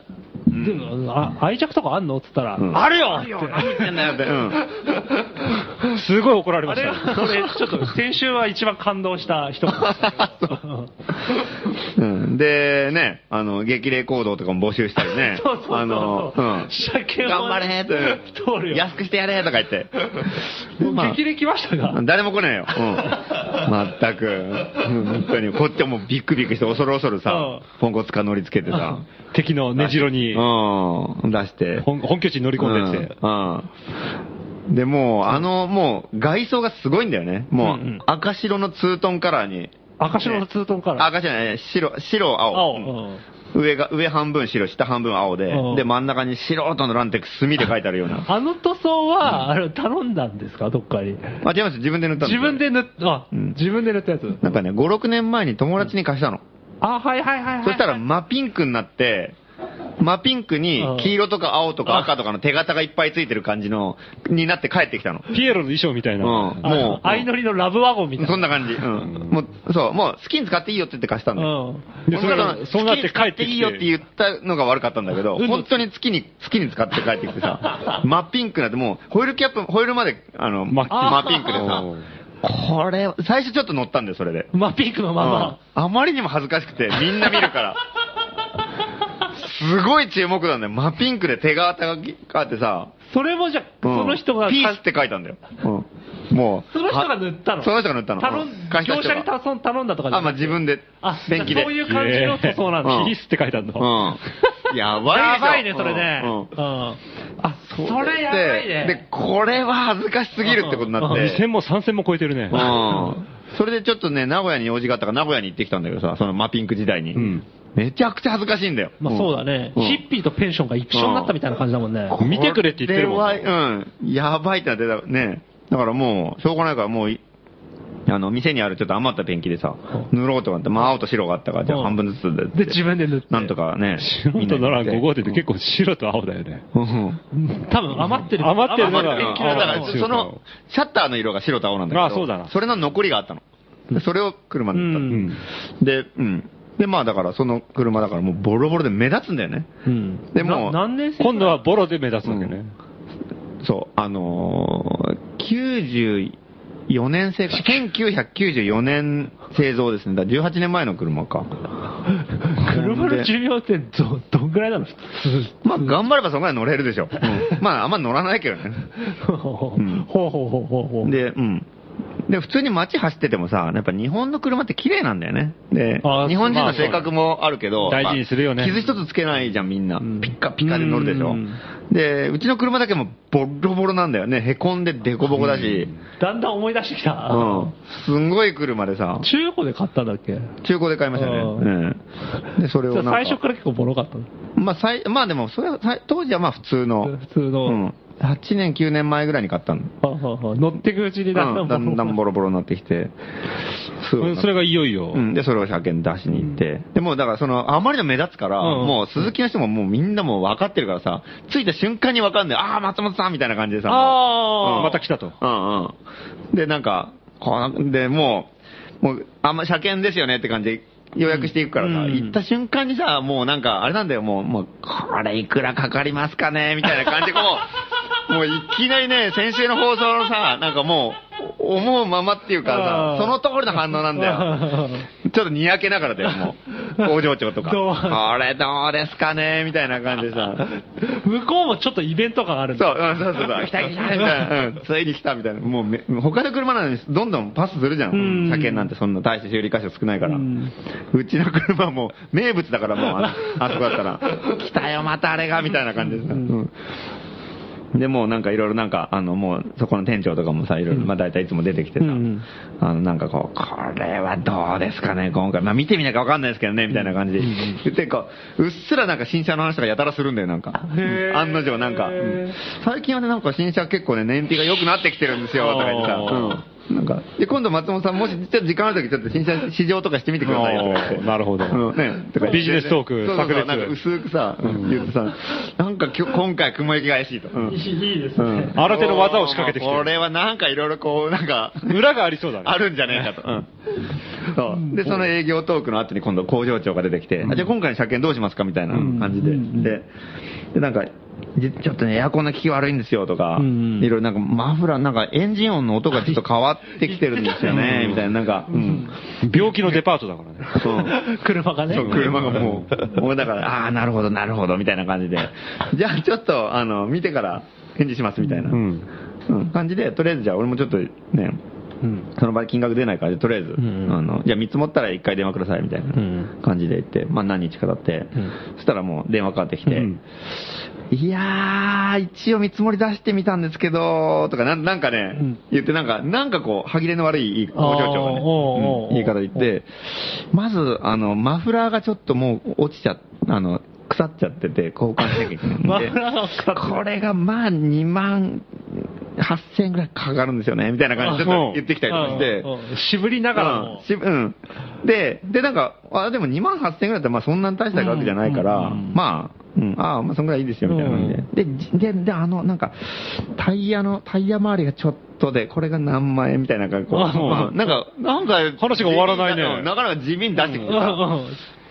ん
でもあ愛着とかあんのって言ったら、
うん
あるよって
何言ってんだよって。うん。
すごい怒られ
あ
まし
れ
た。
は、それ、ちょっと、先週は一番感動した人なんですけ ど。
うん、で、ね、あの、激励行動とかも募集したり ね
そうそうそうそう
あの、うん。
車検は
頑張れーと。
通るよ
安くしてやれーとか言って。まあ
激励来ましたが、
誰も来ないよ。うん。全く。うん本当に。こっちはもうビックビックして恐る恐るさ
う、
ポンコツか乗りつけてさ、
敵の根城に、
うん、出して。
本本拠地に乗り込んでって。
うんうんで、もう、あの、もう、外装がすごいんだよね。もう
うんうん、
赤白のツートンカラーに。
赤白のツートンカラー。
赤じゃない、白、白、青。
青、
うん
うん
上が、上半分白、下半分青で
うん、
で、真ん中に白とのランテックス墨で書いてあるような。
あの塗装は、あれ、頼んだんですか、どっかに。
あ、違います、自分で塗ったん
自分で塗った、あ
うん
自分で塗ったやつ。
なんかね、5、6年前に友達に貸したの。
あ、はいはいはいはい。
そしたら真ピンクになって、真ピンクに
うん
黄色とか青とか赤とかの手形がいっぱいついてる感じの、になって帰ってきたの。
ピエロの衣装みたい
うん。
な。
あの
もう。
相乗りのラブワゴンみたいな。
そんな感じ。うん。もう、そう、もう、スキン使っていいよって言って貸したんだよ。
うん
でそれが
本当
そうなって帰ってきて
スキン使いいよって言ったのが悪かったんだけど、
うん
本当に月に、月に使って帰ってき てさ、真っピンクになって、もう、ホイールキャップ、ホイールまで、あの、
真
真
っ
っ
ピ
ピ
ン
ンクでさ
うん、
これ、最初ちょっと乗ったんだよ、それで。
マピークのまま。
うんあまりにも恥ずかしくて、みんな見る から。すごい注目なんだよ。真ピンクで手が当たってさ、
それもじゃあ、
うん
その人が、
ピースって書いたんだよ。うんもう。
その人が塗ったの
はその人が塗ったの。
頼ん
うん貸した
業
人
者
が
に頼ん頼んだとかじゃ
あ、
な
ま
く
あ
て
自分で
あ、
便器
じゃ
で。
あそういう
う
感じの塗装なんだ。
うん
ピースって書いてあるの。
ん。やばいでし ょ
やばいね、それね。
う
うんん。あ、それやばい
で
ね
で。、これは恥ずかしすぎるってことになっ
うん
て
2000。も3000も超えてるね
う。ん。それでちょっとね、名古屋に用事があったから名古屋に行ってきたんだけどさ、そのマピンク時代に。
うん
めちゃくちゃ恥ずかしいんだよ。
まあそうだね。
うん
ヒッピーとペンションが一緒になったみたいな感じだもんね。
見てくれって言ってるもん
これはうん。やばいってなってたね。だからもう、しょうがないからもうい、あの、店にあるちょっと余ったペンキでさ、塗ろうとかって、まあ青と白があったから、じゃあ
うん
半分ずつでって。
で、自分で塗って。
なんと。かね。
白とのラン5号店って結
構。
構白と青だよね。
うん
多分余ってる。
余ってる
まあ
の
だ
が
余ってるペンキ
か
だからら
あ
そその、シャッターの色が白と青なんだけど、
あそうだな
れの残りがあったの。でそれを車に塗った
う
の
うんん。
で、うん。で、まあだから、その車だからもうボロボロで目立つんだよね。
うん。
でも
な何年生
今度はボロで目立つわけね。
そう、あのー、94年製か、1994年製造ですね。だから18年前の車か。
車の寿命ってど、どんぐらいなの
まあ、頑張ればそこまで乗れるでしょ。うんまあ、あんま乗らないけどね。
ほ
うん
うほうほうほうほう。
で、うん。で、普通に街走っててもさ、やっぱ日本の車って綺麗なんだよね。で
あ、ー
日本人
ま
の
あそう
性格もあるけど、
大事にするよね
傷一つつけないじゃん、みんな。
ん
ピッカピカで乗るでしょ
うん。
で、うちの車だけもボロボロなんだよね。へこんでデコボコだし、
だんだん思い出してきた。
うん。すんごい車でさ、
中古で買ったんだっけ
中古で買いました
う
ね。うん。で、それをなんか
最初から結構ボロかったの
まあ、さいまあでも、それはさい当時はまあ普通の。
普通の
うん。8年、9年前ぐらいに買ったの。
はあはあはあ乗ってくうち
う
に
ん
だんだ
だ
ん
んだんボ
ロ
ロボロになってきて。
うんそれがいよいよ
う。ん、で、それを車検出しに行って。で、もうだから、その、あまりの目立つから、
うん
もう鈴木の人ももうみんなもう分かってるからさ、着いた瞬間に分かんない。ああ、松本さんみたいな感じでさ。
あー
うん
また来たと。
うんうん。で、なんか、こうで、もう、もう、あんま車検ですよねって感じで予約していくからさ、
うん
行った瞬間にさ、もうなんか、あれなんだよ、もう、もう、これいくらかかりますかねみたいな感じで、こう、もういきなりね、先週の放送のさ、なんかもう、思うままっていうか
あ
さ、
ー
その通りの反応なんだよ。ちょっとにやけながらだよ、もう。工場長とか。
どう
これどうですかねみたいな感じでさ。
向こうもちょっとイベント感あるん
そ
だ。
う、うん、そうそう そう、来た来たみたいな、うん、ついに来たみたいな、もうめ、他の車なのにどんどんパスするじゃ
うん
ん、車検なんてそんな大して修理箇所少ないから、
う
うんちの車もう名物だから、もう あのあそこだったら、来たよ、またあれがみたいな感じでさ。うんで、もうなんかいろいろなんか、あの、もうそこの店長とかもさ、いろいろ、まあ大体いつも出てきてさ、
うん
あの、なんかこう、これはどうですかね、今回。まあ見てみなきゃわかんないですけどね、みたいな感じで。言って、こう、うっすらなんか新車の話とかやたらするんだよ、なんか。
へー
案の定なんか。うん最近はね、なんか新車結構ね、燃費が良くなってきてるんですよ、とか言ってさ。うんなんか、で、今度松本さん、もしちょっと時間あるとき、ちょっと新車試乗とかしてみてくださいよ、とか言って。
なるほど。
うんね、とか言って
ビジネストーク
そうそうそう
炸裂
なんか薄くさ、言ってさ、なんか今日今回雲行きが怪しいと。うん
いいです
うん
新手の技を仕掛けてきてる
これはなんかいろいろこう、なんか、
裏がありそうだね。
あるんじゃねえかと。そうで、その営業トークの後に今度工場長が出てきて、あじゃあ今回の車検どうしますかみたいな感じで。でで、なんか、じちょっとね、エアコンの効き悪いんですよとか、
うん
いろいろなんかマフラー、なんかエンジン音の音がちょっと変わってきてるんですよね、みたいな、なんか、うん。
病気のデパートだからね。
そう
車がね。
そう、車がもう、もうだから、ああー、なるほど、なるほど、みたいな感じ で、じゃあちょっと、あの、見てから返事します、みたいな、
うん
うん感じで、とりあえずじゃあ俺もちょっとね、
うん。
その場で金額出ないから、とりあえず、
んうん
あの、じゃあ見積もったら一回電話ください、みたいなん感じで言って、まあ何日か経って、
ん
そしたらもう電話かかってきて、
うん
いやー、一応見積もり出してみたんですけど、とか、なんなんかね、
うん
言って、なんか、なんかこう、歯切れの悪い工場長が
あーおうおうおう
ね、うん言い方言って、まず、あの、マフラーがちょっともう落ちちゃっあの、腐っちゃってて、交換しなきゃいけないん で。
マフラーが腐ってる
これがまあ2万8000円ぐらいかかるんですよね、みたいな感じでちょっと言ってきたりとかして。
うんうん渋りながらも。
うんしうん。で、で、なんか、あ、でも2万8000円ぐらいだったら、まあそんなに大した額じゃないから、
うんうんうん
まあ、うん、ああ、まあそんぐらいいいですよ、みたいな感じで。で、で、で、あの、なんか、タイヤの、タイヤ周りがちょっとで、これが何万円みたいな、なんかこう、
あうん
まあなんか、なんか、
話が終わらないね
うんなかなか地味に出してきてさ
うん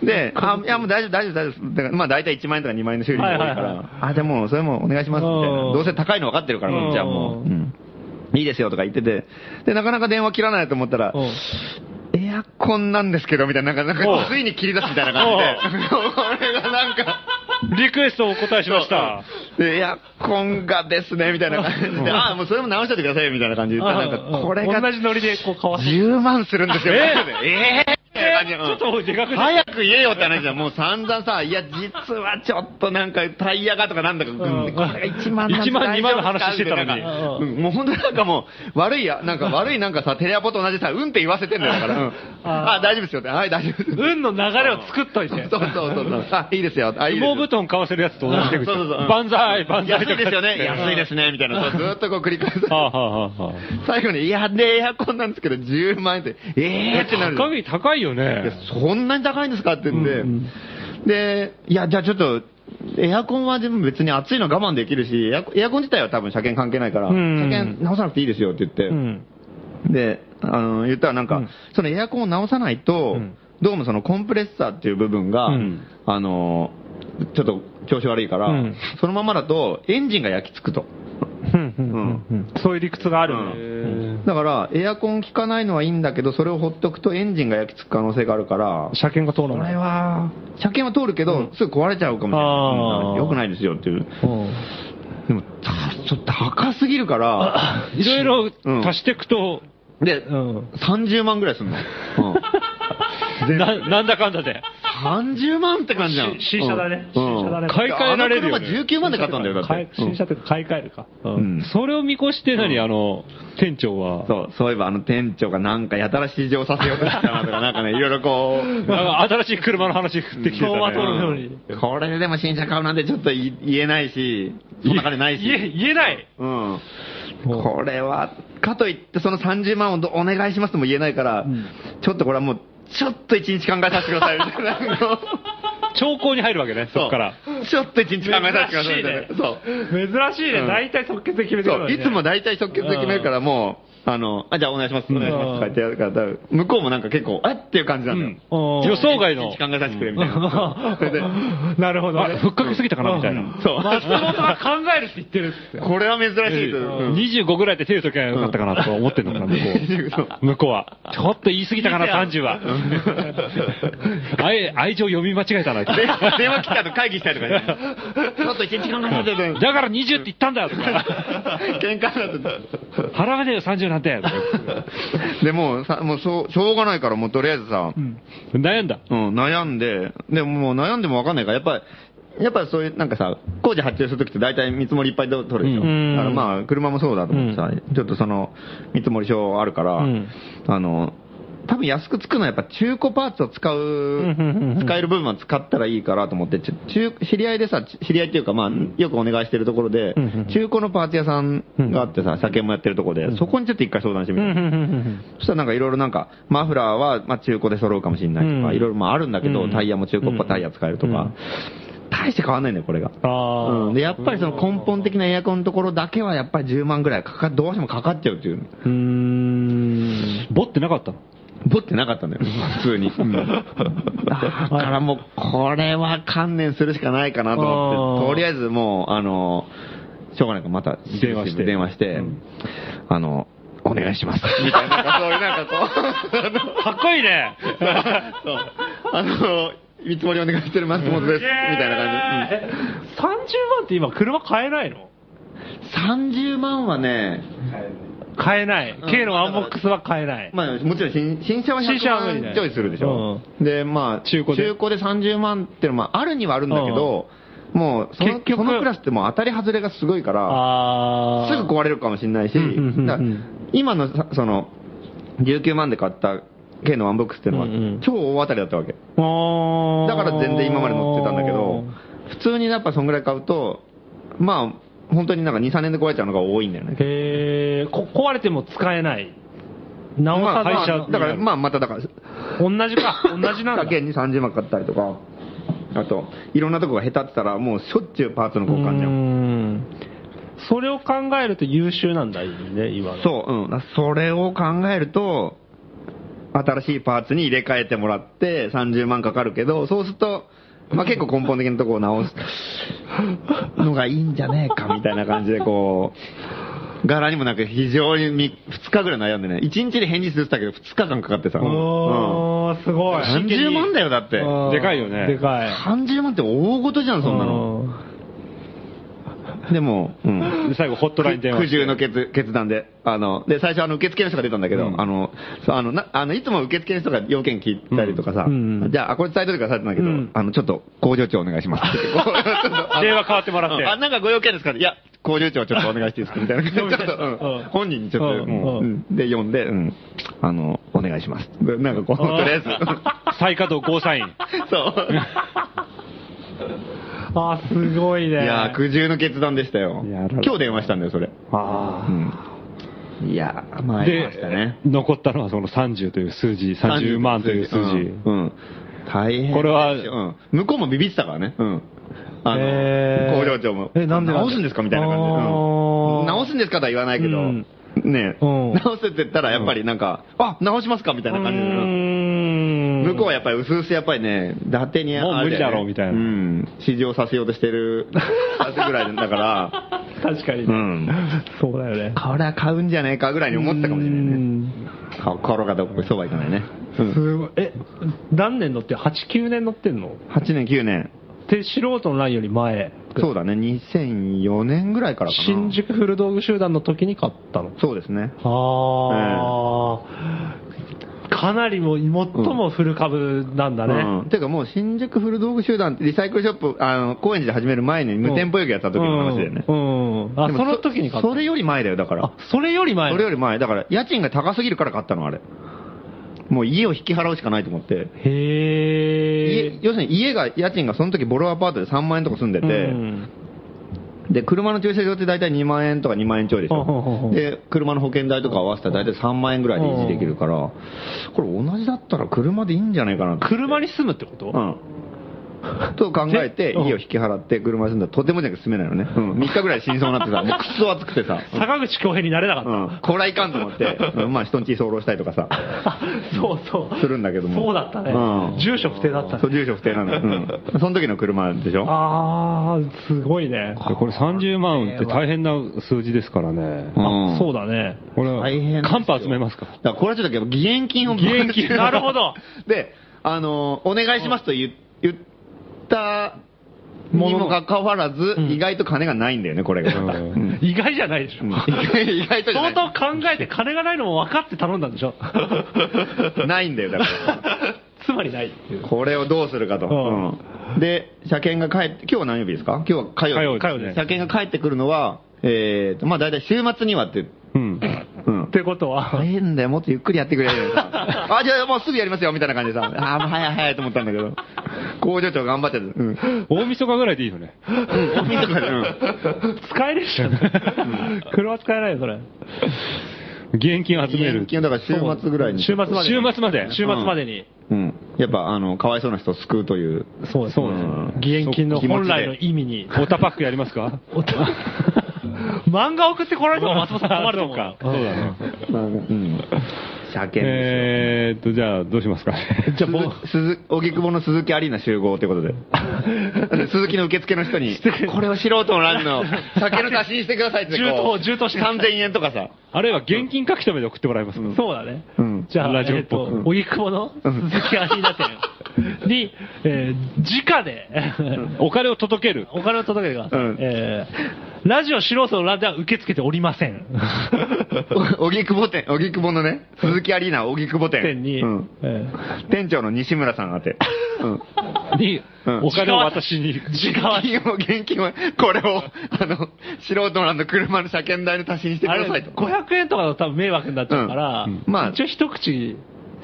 うん
で、あ、いやもう大丈夫、大丈夫、大丈夫。だから、まあ大体1万円とか2万円の修理が多いか
はいはいはい
ら、あ、でもそれもお願いします、みたいな。
うん
どうせ高いの分かってるから、
うん
こっちはもう。うんいいですよとか言ってて、で、なかなか電話切らないと思ったら、
うん
エアコンなんですけど、みたいな、なんか、なん
おう
かついに切り出すみたいな感じで、 俺がなんか、
リクエストをお答えしました。
でエアコンがですね、みたいな感じで、ああ、もうそれも直しといてくださいよ、みたいな感じで言ったら、なんか、これが
同じノリでこう交わす。
10万するんですよ、ええー
えー
みたいな感じでうん
ちょっとでかくない
早く言えよって話じゃん。もう散々 さ、いや、実はちょっとなんかタイヤがとかなんだか、これが1万なんて
1万2
大丈
万の
夫
話してたのに
みいなうんもう本当になんかもう、悪いや、なんか悪いなんかさ、テレアポと同じでさ、うんって言わせてんだよ、だから。うんあ、大丈夫ですよって。はい、大丈夫です。
運の流れを作っといて。
そうそうそうそう。あ、いいですよ。あ、 いいです
羽
よ
毛布団買わせるやつと同じ手口。
そうそうそううん
万歳、万歳
安
とか
いですよね。安いですね。みたいな。そうずっとこう繰り返す。
はあ、はあはあはあ、
最後に、いや、で、エアコンなんですけど、10万円って、えーってなる。
高い、高いよ
いや
ね。
そんなに高いんですかって言うんで、で、いや、じゃあちょっと、エアコンはでも別に暑いの我慢できるし、エアコンエアコン自体は多分車検関係ないから、
ん
車検直さなくていいですよって言って、
うん。
で、あの、言ったらなんか、そのエアコンを直さないと、
うん
どうもそのコンプレッサーっていう部分が、
うん
あの、ちょっと調子悪いから、
うん
そのままだとエンジンが焼き付くと。
うんうんうんそういう理屈があるんだ
う
よ
だから、エアコン効かないのはいいんだけど、それをほっとくとエンジンが焼き付く可能性があるから、
車検が通ら
こ
ない。
れは、車検は通るけど、すぐ壊れちゃうか
あ
もしれな
ー
い。よくないですよっていう。
うん
でも、たちょっと高すぎ るから、
いろい
うん
ろ足していくと、
で、
うん
30万ぐらいす んの。うん
ななんだかんだで。
30万って感じじゃん。
し新車だね
うん
新車だね
買い替えられるよね
あの車19万で買ったんだよ、だって。
買い新車っていうか買い替えるか。う
うんん
それを見越して何、あの、店長は。
そう、そういえばあの店長がなんかやたら試乗させようとしたなと か、なんかね、いろいろこう、
なんか新しい車の話振ってきてた
相馬灯の
ね。
ように。
これででも新車買うなんてちょっとい言えないし、そんな金ないし。
言え、言えない。
うん。これは、かといってその30万をどお願いしますとも言えないから、ちょっとこれはもう、ちょっと一日考えさせてくだ さいみたいな。
兆候に入るわけね、そっから。
ちょっと一日考えさせてくださいみたいな。そう。
珍しいね。大体即決で決めてくる
そ
の
う
に
い
ね
つも大体即決で決めるからもう、あの、あ、じゃあお願いします、お願いしますとか言ってやるから、多分向こうもなんか結構、えっていう感じなんだ
う
よ。
ん
予想外の
時間がさせてくれみたいな。それで、
なるほど。
あれ、ふっかけすぎたかなみたいな。
そう。
松本が考えるって言ってるっつって。
これは珍しいと。うん
25ぐらいで手を解けばよかったかなと思ってんのかな、向こう。向こうは。ちょっと言い過ぎたかな、30は。あえ、愛情読み間違えたな、
電
だ
話電話切った後会議したりとかね。 ちょっと一日考えてて。
から20って言ったんだとか。
喧嘩だと。
払わねえよ、30なんて。とか
で、もうさ、もうしょう、しょうがないから、もうとりあえずさ、うん、
悩んだ。
悩んで、でももう悩んでもわかんないから、やっぱり、やっぱりそういう、なんかさ、工事発注するときって大体見積もりいっぱい取るでしょ。
うん
だからまあ、車もそうだと思ってさ、ちょっとその、見積もり表あるから、
ん
あの、多分安くつくのはやっぱ中古パーツを使う、使える部分は使ったらいいからと思って、ち中知り合いでさ、知り合いっていうかまあ、よくお願いしてるところで、中古のパーツ屋さんがあってさ、車検もやってるところで、そこにちょっと一回相談してみたのそしたらなんかいろいろなんか、マフラーはまあ中古で揃うかもしれないと
う
か、
ん
いろいろまああるんだけ
う
ど、
ん
タイヤも中古っぽいタイヤ使えると
う
か
ん、
大して変わんないんだよ、これが。
あ
うん、でやっぱりその根本的なエアコンのところだけはやっぱり10万ぐらいかかどうしてもかかっちゃうっていう
うーん。
ボってなかったの
ボってなかったんだよ、普通に。だからもう、これは観念するしかないかなと思っ
あー
て、とりあえずもう、あの、しょうがないからまた
電話して
電話して、あの、お願いします。みたいな、なんかそういうなんかこ う。
かっこいいね。
そうあの、見積もりお願いしてる松本です、みたいな
え30万って今車買えないの
感じ。うん、30万はね、
買えない
うん。
K のアンボックスは買えない。
まあもちろん新新車は
新
100
車は無理だ
万
よ
ちょいするでしょ。で、まあ、
中古で
で30万ってのもあるにはあるんだけど、もうその
結局
そのクラスってもう当たり外れがすごいから、
あ
すぐ壊れるかもしれないし、
うんうんうんうん
だから今のさその19万で買った K のワンボックスっていうのは、
うんうん
超大当たりだったわけ。
あ
だから全然今まで乗ってたんだけど、普通にやっぱそんぐらい買うと、まあ、本当になんか2、3年で壊れちゃうのが多いんだよね。
へえ、こ壊れても使えない。直
ま
さ
あ、ま
ない
あ
ちゃ
だから、まあ、まただから、
あ、同じか、同じ なんだ。
けに30万買ったりとか、あと、いろんなとこが下手ってたら、もうしょっちゅうパーツの交換じゃ
うー
ん。
んそれを考えると優秀なんだ、いいね、今の。
そう、うん。だからそれを考えると、新しいパーツに入れ替えてもらって、30万かかるけど、そうすると、まあ、結構根本的なとこを直すのがいいんじゃねえ か、みたいな感じで、こう、柄にもなく非常に2日ぐらい悩んでね、1日で返事するって言ってたけど、2日間かかってさ、うん
おー、すごい。
30万だよ、だって。
うん
でかいよね
でかい。
30万って大事じゃん、そんなの。でも、うん。
で最後、ホットライン電話
苦。渋の決決断で。あの、で、最初、あの、受付の人が出たんだけど、
うん
あの、そうあの、なあの、いつも受付の人が要件聞いたりとかさ、
うんうん
じゃあ、あこれ伝えといてくださいって言ったんだけど、
うん
あの、ちょっと、工場長お願いしますって。こう ちょっとあの
電話変わってもらっ
あ、
て。
なんかご用件ですかいや、工場長ちょっとお願いしていいですかみたい な。ちょっと、うん
うん
本人にちょっと、
うん
もううんで、読んで、うん、あの、お願いします。でなんかこう、
うん
とりあえず、
再稼働ゴーサイン。
そう。
あー、すごい
い
ね。
やー、苦渋の決断でしたよ。今日電話したんだよ、それ。
あ
うんいやー、参りました
で
ね。、
残ったのはその30という数字、30万という数字。
うん。うん大変。
これは
うん向こうもビビってたからね。うん。あ
へー
の、工場長も。
えなんでなんで
直すんですかみたいな感じで
あー
うん。直すんですかとは言わないけど
うん、
ね
うん
直すって言ったらやっぱりなんか、あ、直しますかみたいな感じで。うん
向
向こうはやっぱり薄々やっぱりね、伊達にあれよね
もう無理だろうみたいな
うん。市場させようとしてる、させぐらいだから、
確かに
う
ね。
ん。
そうだよね。
これは買うんじゃねえかぐらいに思ってたかもしれないね。かころがどこそうはいかないね。
うんすごい。え、何年乗って ?8、9年乗ってんの
8年、9年。
って素人のラインより前。
そうだね、2004年ぐらいからかな。
新宿古道具集団の時に買ったの。
そうですね。
ああ、かなりもう最も古株なんだね。
うん、てかもう新宿古道具集団ってリサイクルショップ、あの、高円寺で始める前に無店舗営業やった時の話だよね。
うん。うんあ、
で
そ
も
の時に買った。
それより前だよ、だから。
あ、それより前
それより前。だから、家賃が高すぎるから買ったの、あれ。もう家を引き払うしかないと思って。
へ
家
え。
要するに家が、家賃がその時ボロアパートで3万円とか住んでて、
うん
で、車の駐車場って大体2万円とか2万円ちょいでし
ほうほうほうほ
ょ
う。
で、車の保険代とか合わせたら大体3万円ぐらいで維持できるから、これ同じだったら車でいいんじゃないかなって
車に住むってこと
うん。と考えて、家を引き払って車に住んだらとてもじゃなくて住めないのね。うん。3日ぐらい死にそうになって さ、もうくっそ暑くてさ。
坂口恭平になれなかった。
うん。こらいかんと思って、うんまあ人んち居候したりとかさ。
そうそう。
するんだけども
そうだったね。
うん
住所不定だった
そう、
ね。
住所不定なの。うん。その時の車でしょ
あー、すごいね。
これ30万って大変な数字ですからね。
うん
そうだね。
これ
大変ですよ
カンパ集めますか
だからこれはちょっとやっぱ義援金を義援金
なるほど
であのお願いしますと言言った
ものの
にもかかわらず、
うん
意外と金がないんだよねこれが、
うん
うん
意外じゃないでしょ。
意外とじゃな
相
い
当考えて金がないのも分かって頼んだんで しょ
ないんだよだから
つまりないっていう
これをどうするかと、
う
うんで車検が帰って今日は何曜日ですか今日は火曜日
火曜日ですね
車検が帰ってくるのはえーとまあ大体週末にはって
うん。
うん
ってことは
大変だよ、もっとゆっくりやってくれ るよ。あ、じゃあもうすぐやりますよ、みたいな感じでさ。あ、もう早い早いと思ったんだけど。工場長頑張ってる。うん。
大晦日ぐらいでいいよね。
うん、お店とかでうん。
使えるでしょ車使えないよそれ
現金集める。
金をだから週末ぐらいに。
週末まで
週末まで
週末までに、
うん。やっぱ、あの、かわいそうな人を救うという。
そうですね
うん
義援金の
そう気持ち
本
で
来の意味 に
オタパックやりますか
おた漫画送ってこられても松本さん困る と思う
あ そうだね。
うん。車検で
えーっと、じゃあ、どうしますかね。
すよ。じゃあ、鈴木、荻窪の鈴木アリーナ集合とい うことで。鈴木の受付の人に、これを素人のランの酒の足しにしてください って。こう
重刀重刀して
3000円とかさ。
あるいは現金書き留めで送ってもらいます。
そうだね。
うん
じゃあ、
ラジオ
え
っ
っと
ぽく、
荻窪の鈴木アリーナ 店に、えー、直で、
お金を届ける。
お金を届けてください。
うん
えーラジオ素人のラジオは受け付けておりません。
お 荻窪店、荻窪のね、鈴木アリーナ荻窪店。
店に、
うん
え
店長の西村さん宛て。 うん。
に、
うん
お金を私に。
ー直足
金を、現金を、これを、あの、素人なんの車の車検代の足しにしてく
あ
だ
れ、
さいと。
500円とかだと多分迷惑になっちゃうから、
うんうんまあ
一応一口、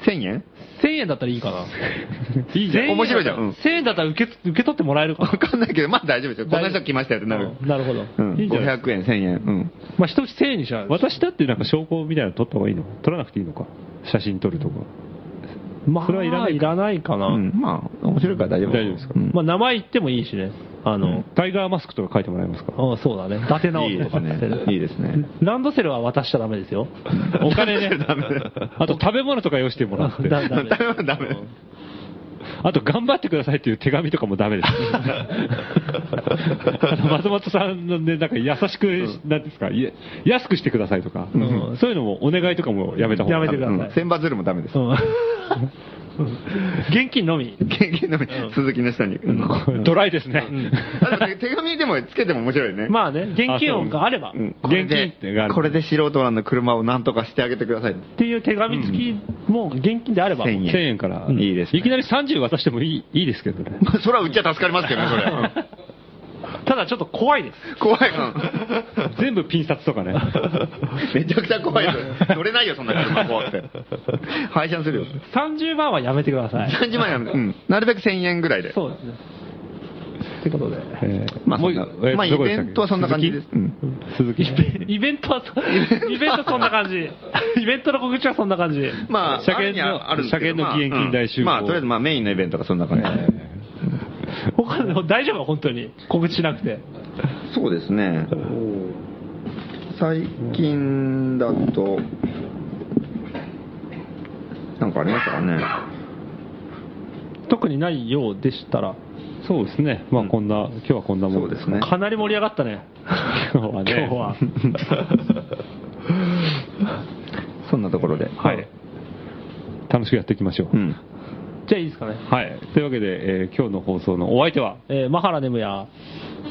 1000円
1000円だったらいいかな。
いいじゃん。
面白いじゃんうん
1000円だったら受け受け取ってもらえるか
わ
な。
かんないけど、まあ大丈夫ですよ。こんな人来ましたよってなる。
うんなるほど。
うん。
いいんじゃない
500円、1000円。
まあ、一口1000円にしちゃう。
私だってなんか証拠みたいなの撮った方がいいの撮らなくていいのか写真撮るとか。
まあ、
それはいらない
いらないかな。
うん。うん。まあ、面白いから大丈夫。
大丈夫ですか
うん
まあ、名前言ってもいいしね。あの、
タイガーマスクとか書いてもらえますか
ああそうだね。伊達直
いい
人
で
と
す
かって
ね。いいですね。
ランドセルは渡しちゃダメですよ。
お金ね
ダメだよ。
あと食べ物とか用意してもら って。
だ
ダ
ダ
メ
メ
だ、ダメだ。
あと、頑張ってくださいっていう手紙とかもダ メです。あの松本さんのね、なんか優しく、なんですか、いえ安くしてくださいとか、
ん
そういうのもお願いとかもやめた方が
やめてください
うん千羽鶴もダメです
う。ん現金のみ。
現金のみ鈴木の下に。うん
ドライですね。
あでもね手紙でもつけても面白いね。
まあね、現金音があれば。
うん
っ
これで
現金ってがある
これで素人なんの車をなんとかしてあげてください。
ていう手紙付きも現金であれば。
1000
1000円から、
うんいいですね
いきなり30渡してもいいいいですけ どね。
まあそれはうちは助かりますけどね、それうん。
ただちょっと怖いです。
怖い。うん
全部ピン札 とかね。
めちゃくちゃ怖いよ。乗れないよ、そんな車怖くて。廃車するよ。
30万はやめてくだ さい。
30万円なのうん。なるべく1000円ぐらいで。
そうですね。ってことで。
えー
まあそんな
もう一個えー
まあ
どこでしたっ
イベ
け
ントはそんな感じですうん
鈴木
イベントはそ、イベントそんな感じ。イベントの告知はそんな感じ。
まあ、
車
ある
検
に
の
はあるんですけど
車検の義援金大集合
まあうんまあ、とりあえずまあメインのイベントがそんな感
他の大丈夫本当に。告知しなくて。
じ。そうですね。最近だと、なんかありましたかね。
特にないようでしたら、
そうですね。まあこんな、今日はこんなもん
そうですね。
かなり盛り上がったね。
今日は
今
ね。
日は。
そんなところで。
はい。
楽しくやっていきましょう。
うん。
じゃあいいですかね。
はい。というわけで、えー今日の放送のお相手は、
えー、マハラネムヤ。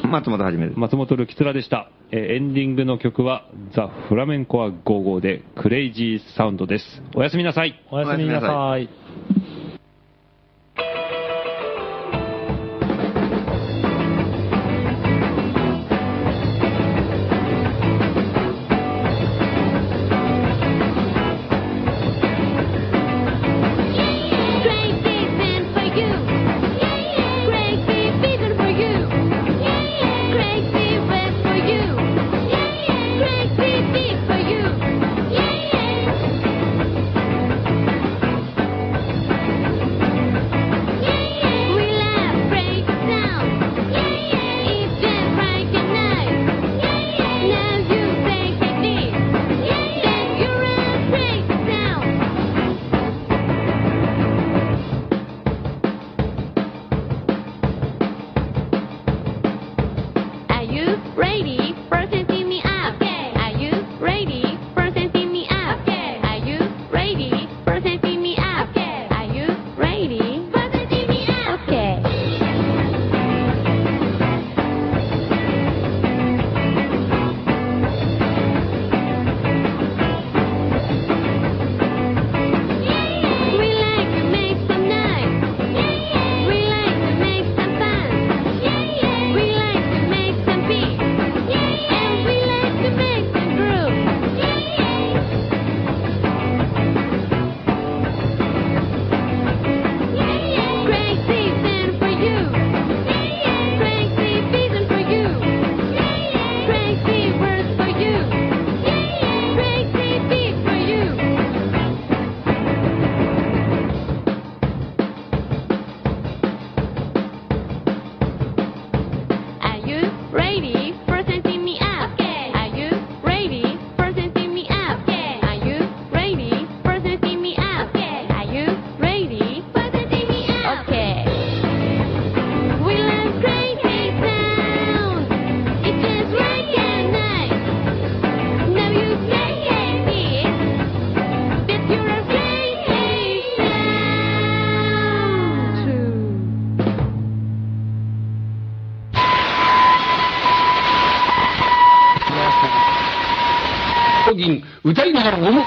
松本はじめです。
松本るきつらでした、えーエンディングの曲は「ザ・フラメンコア55」で「クレイジーサウンド」ですおやすみなさい
おやすみな
お
さい。
Thank ready for setting me up? Okay. Are you ready for setting me up? Okay. Are you ready for setting me up? Okay. Are you ready for setting me up? Okay.
銀歌いながら思う。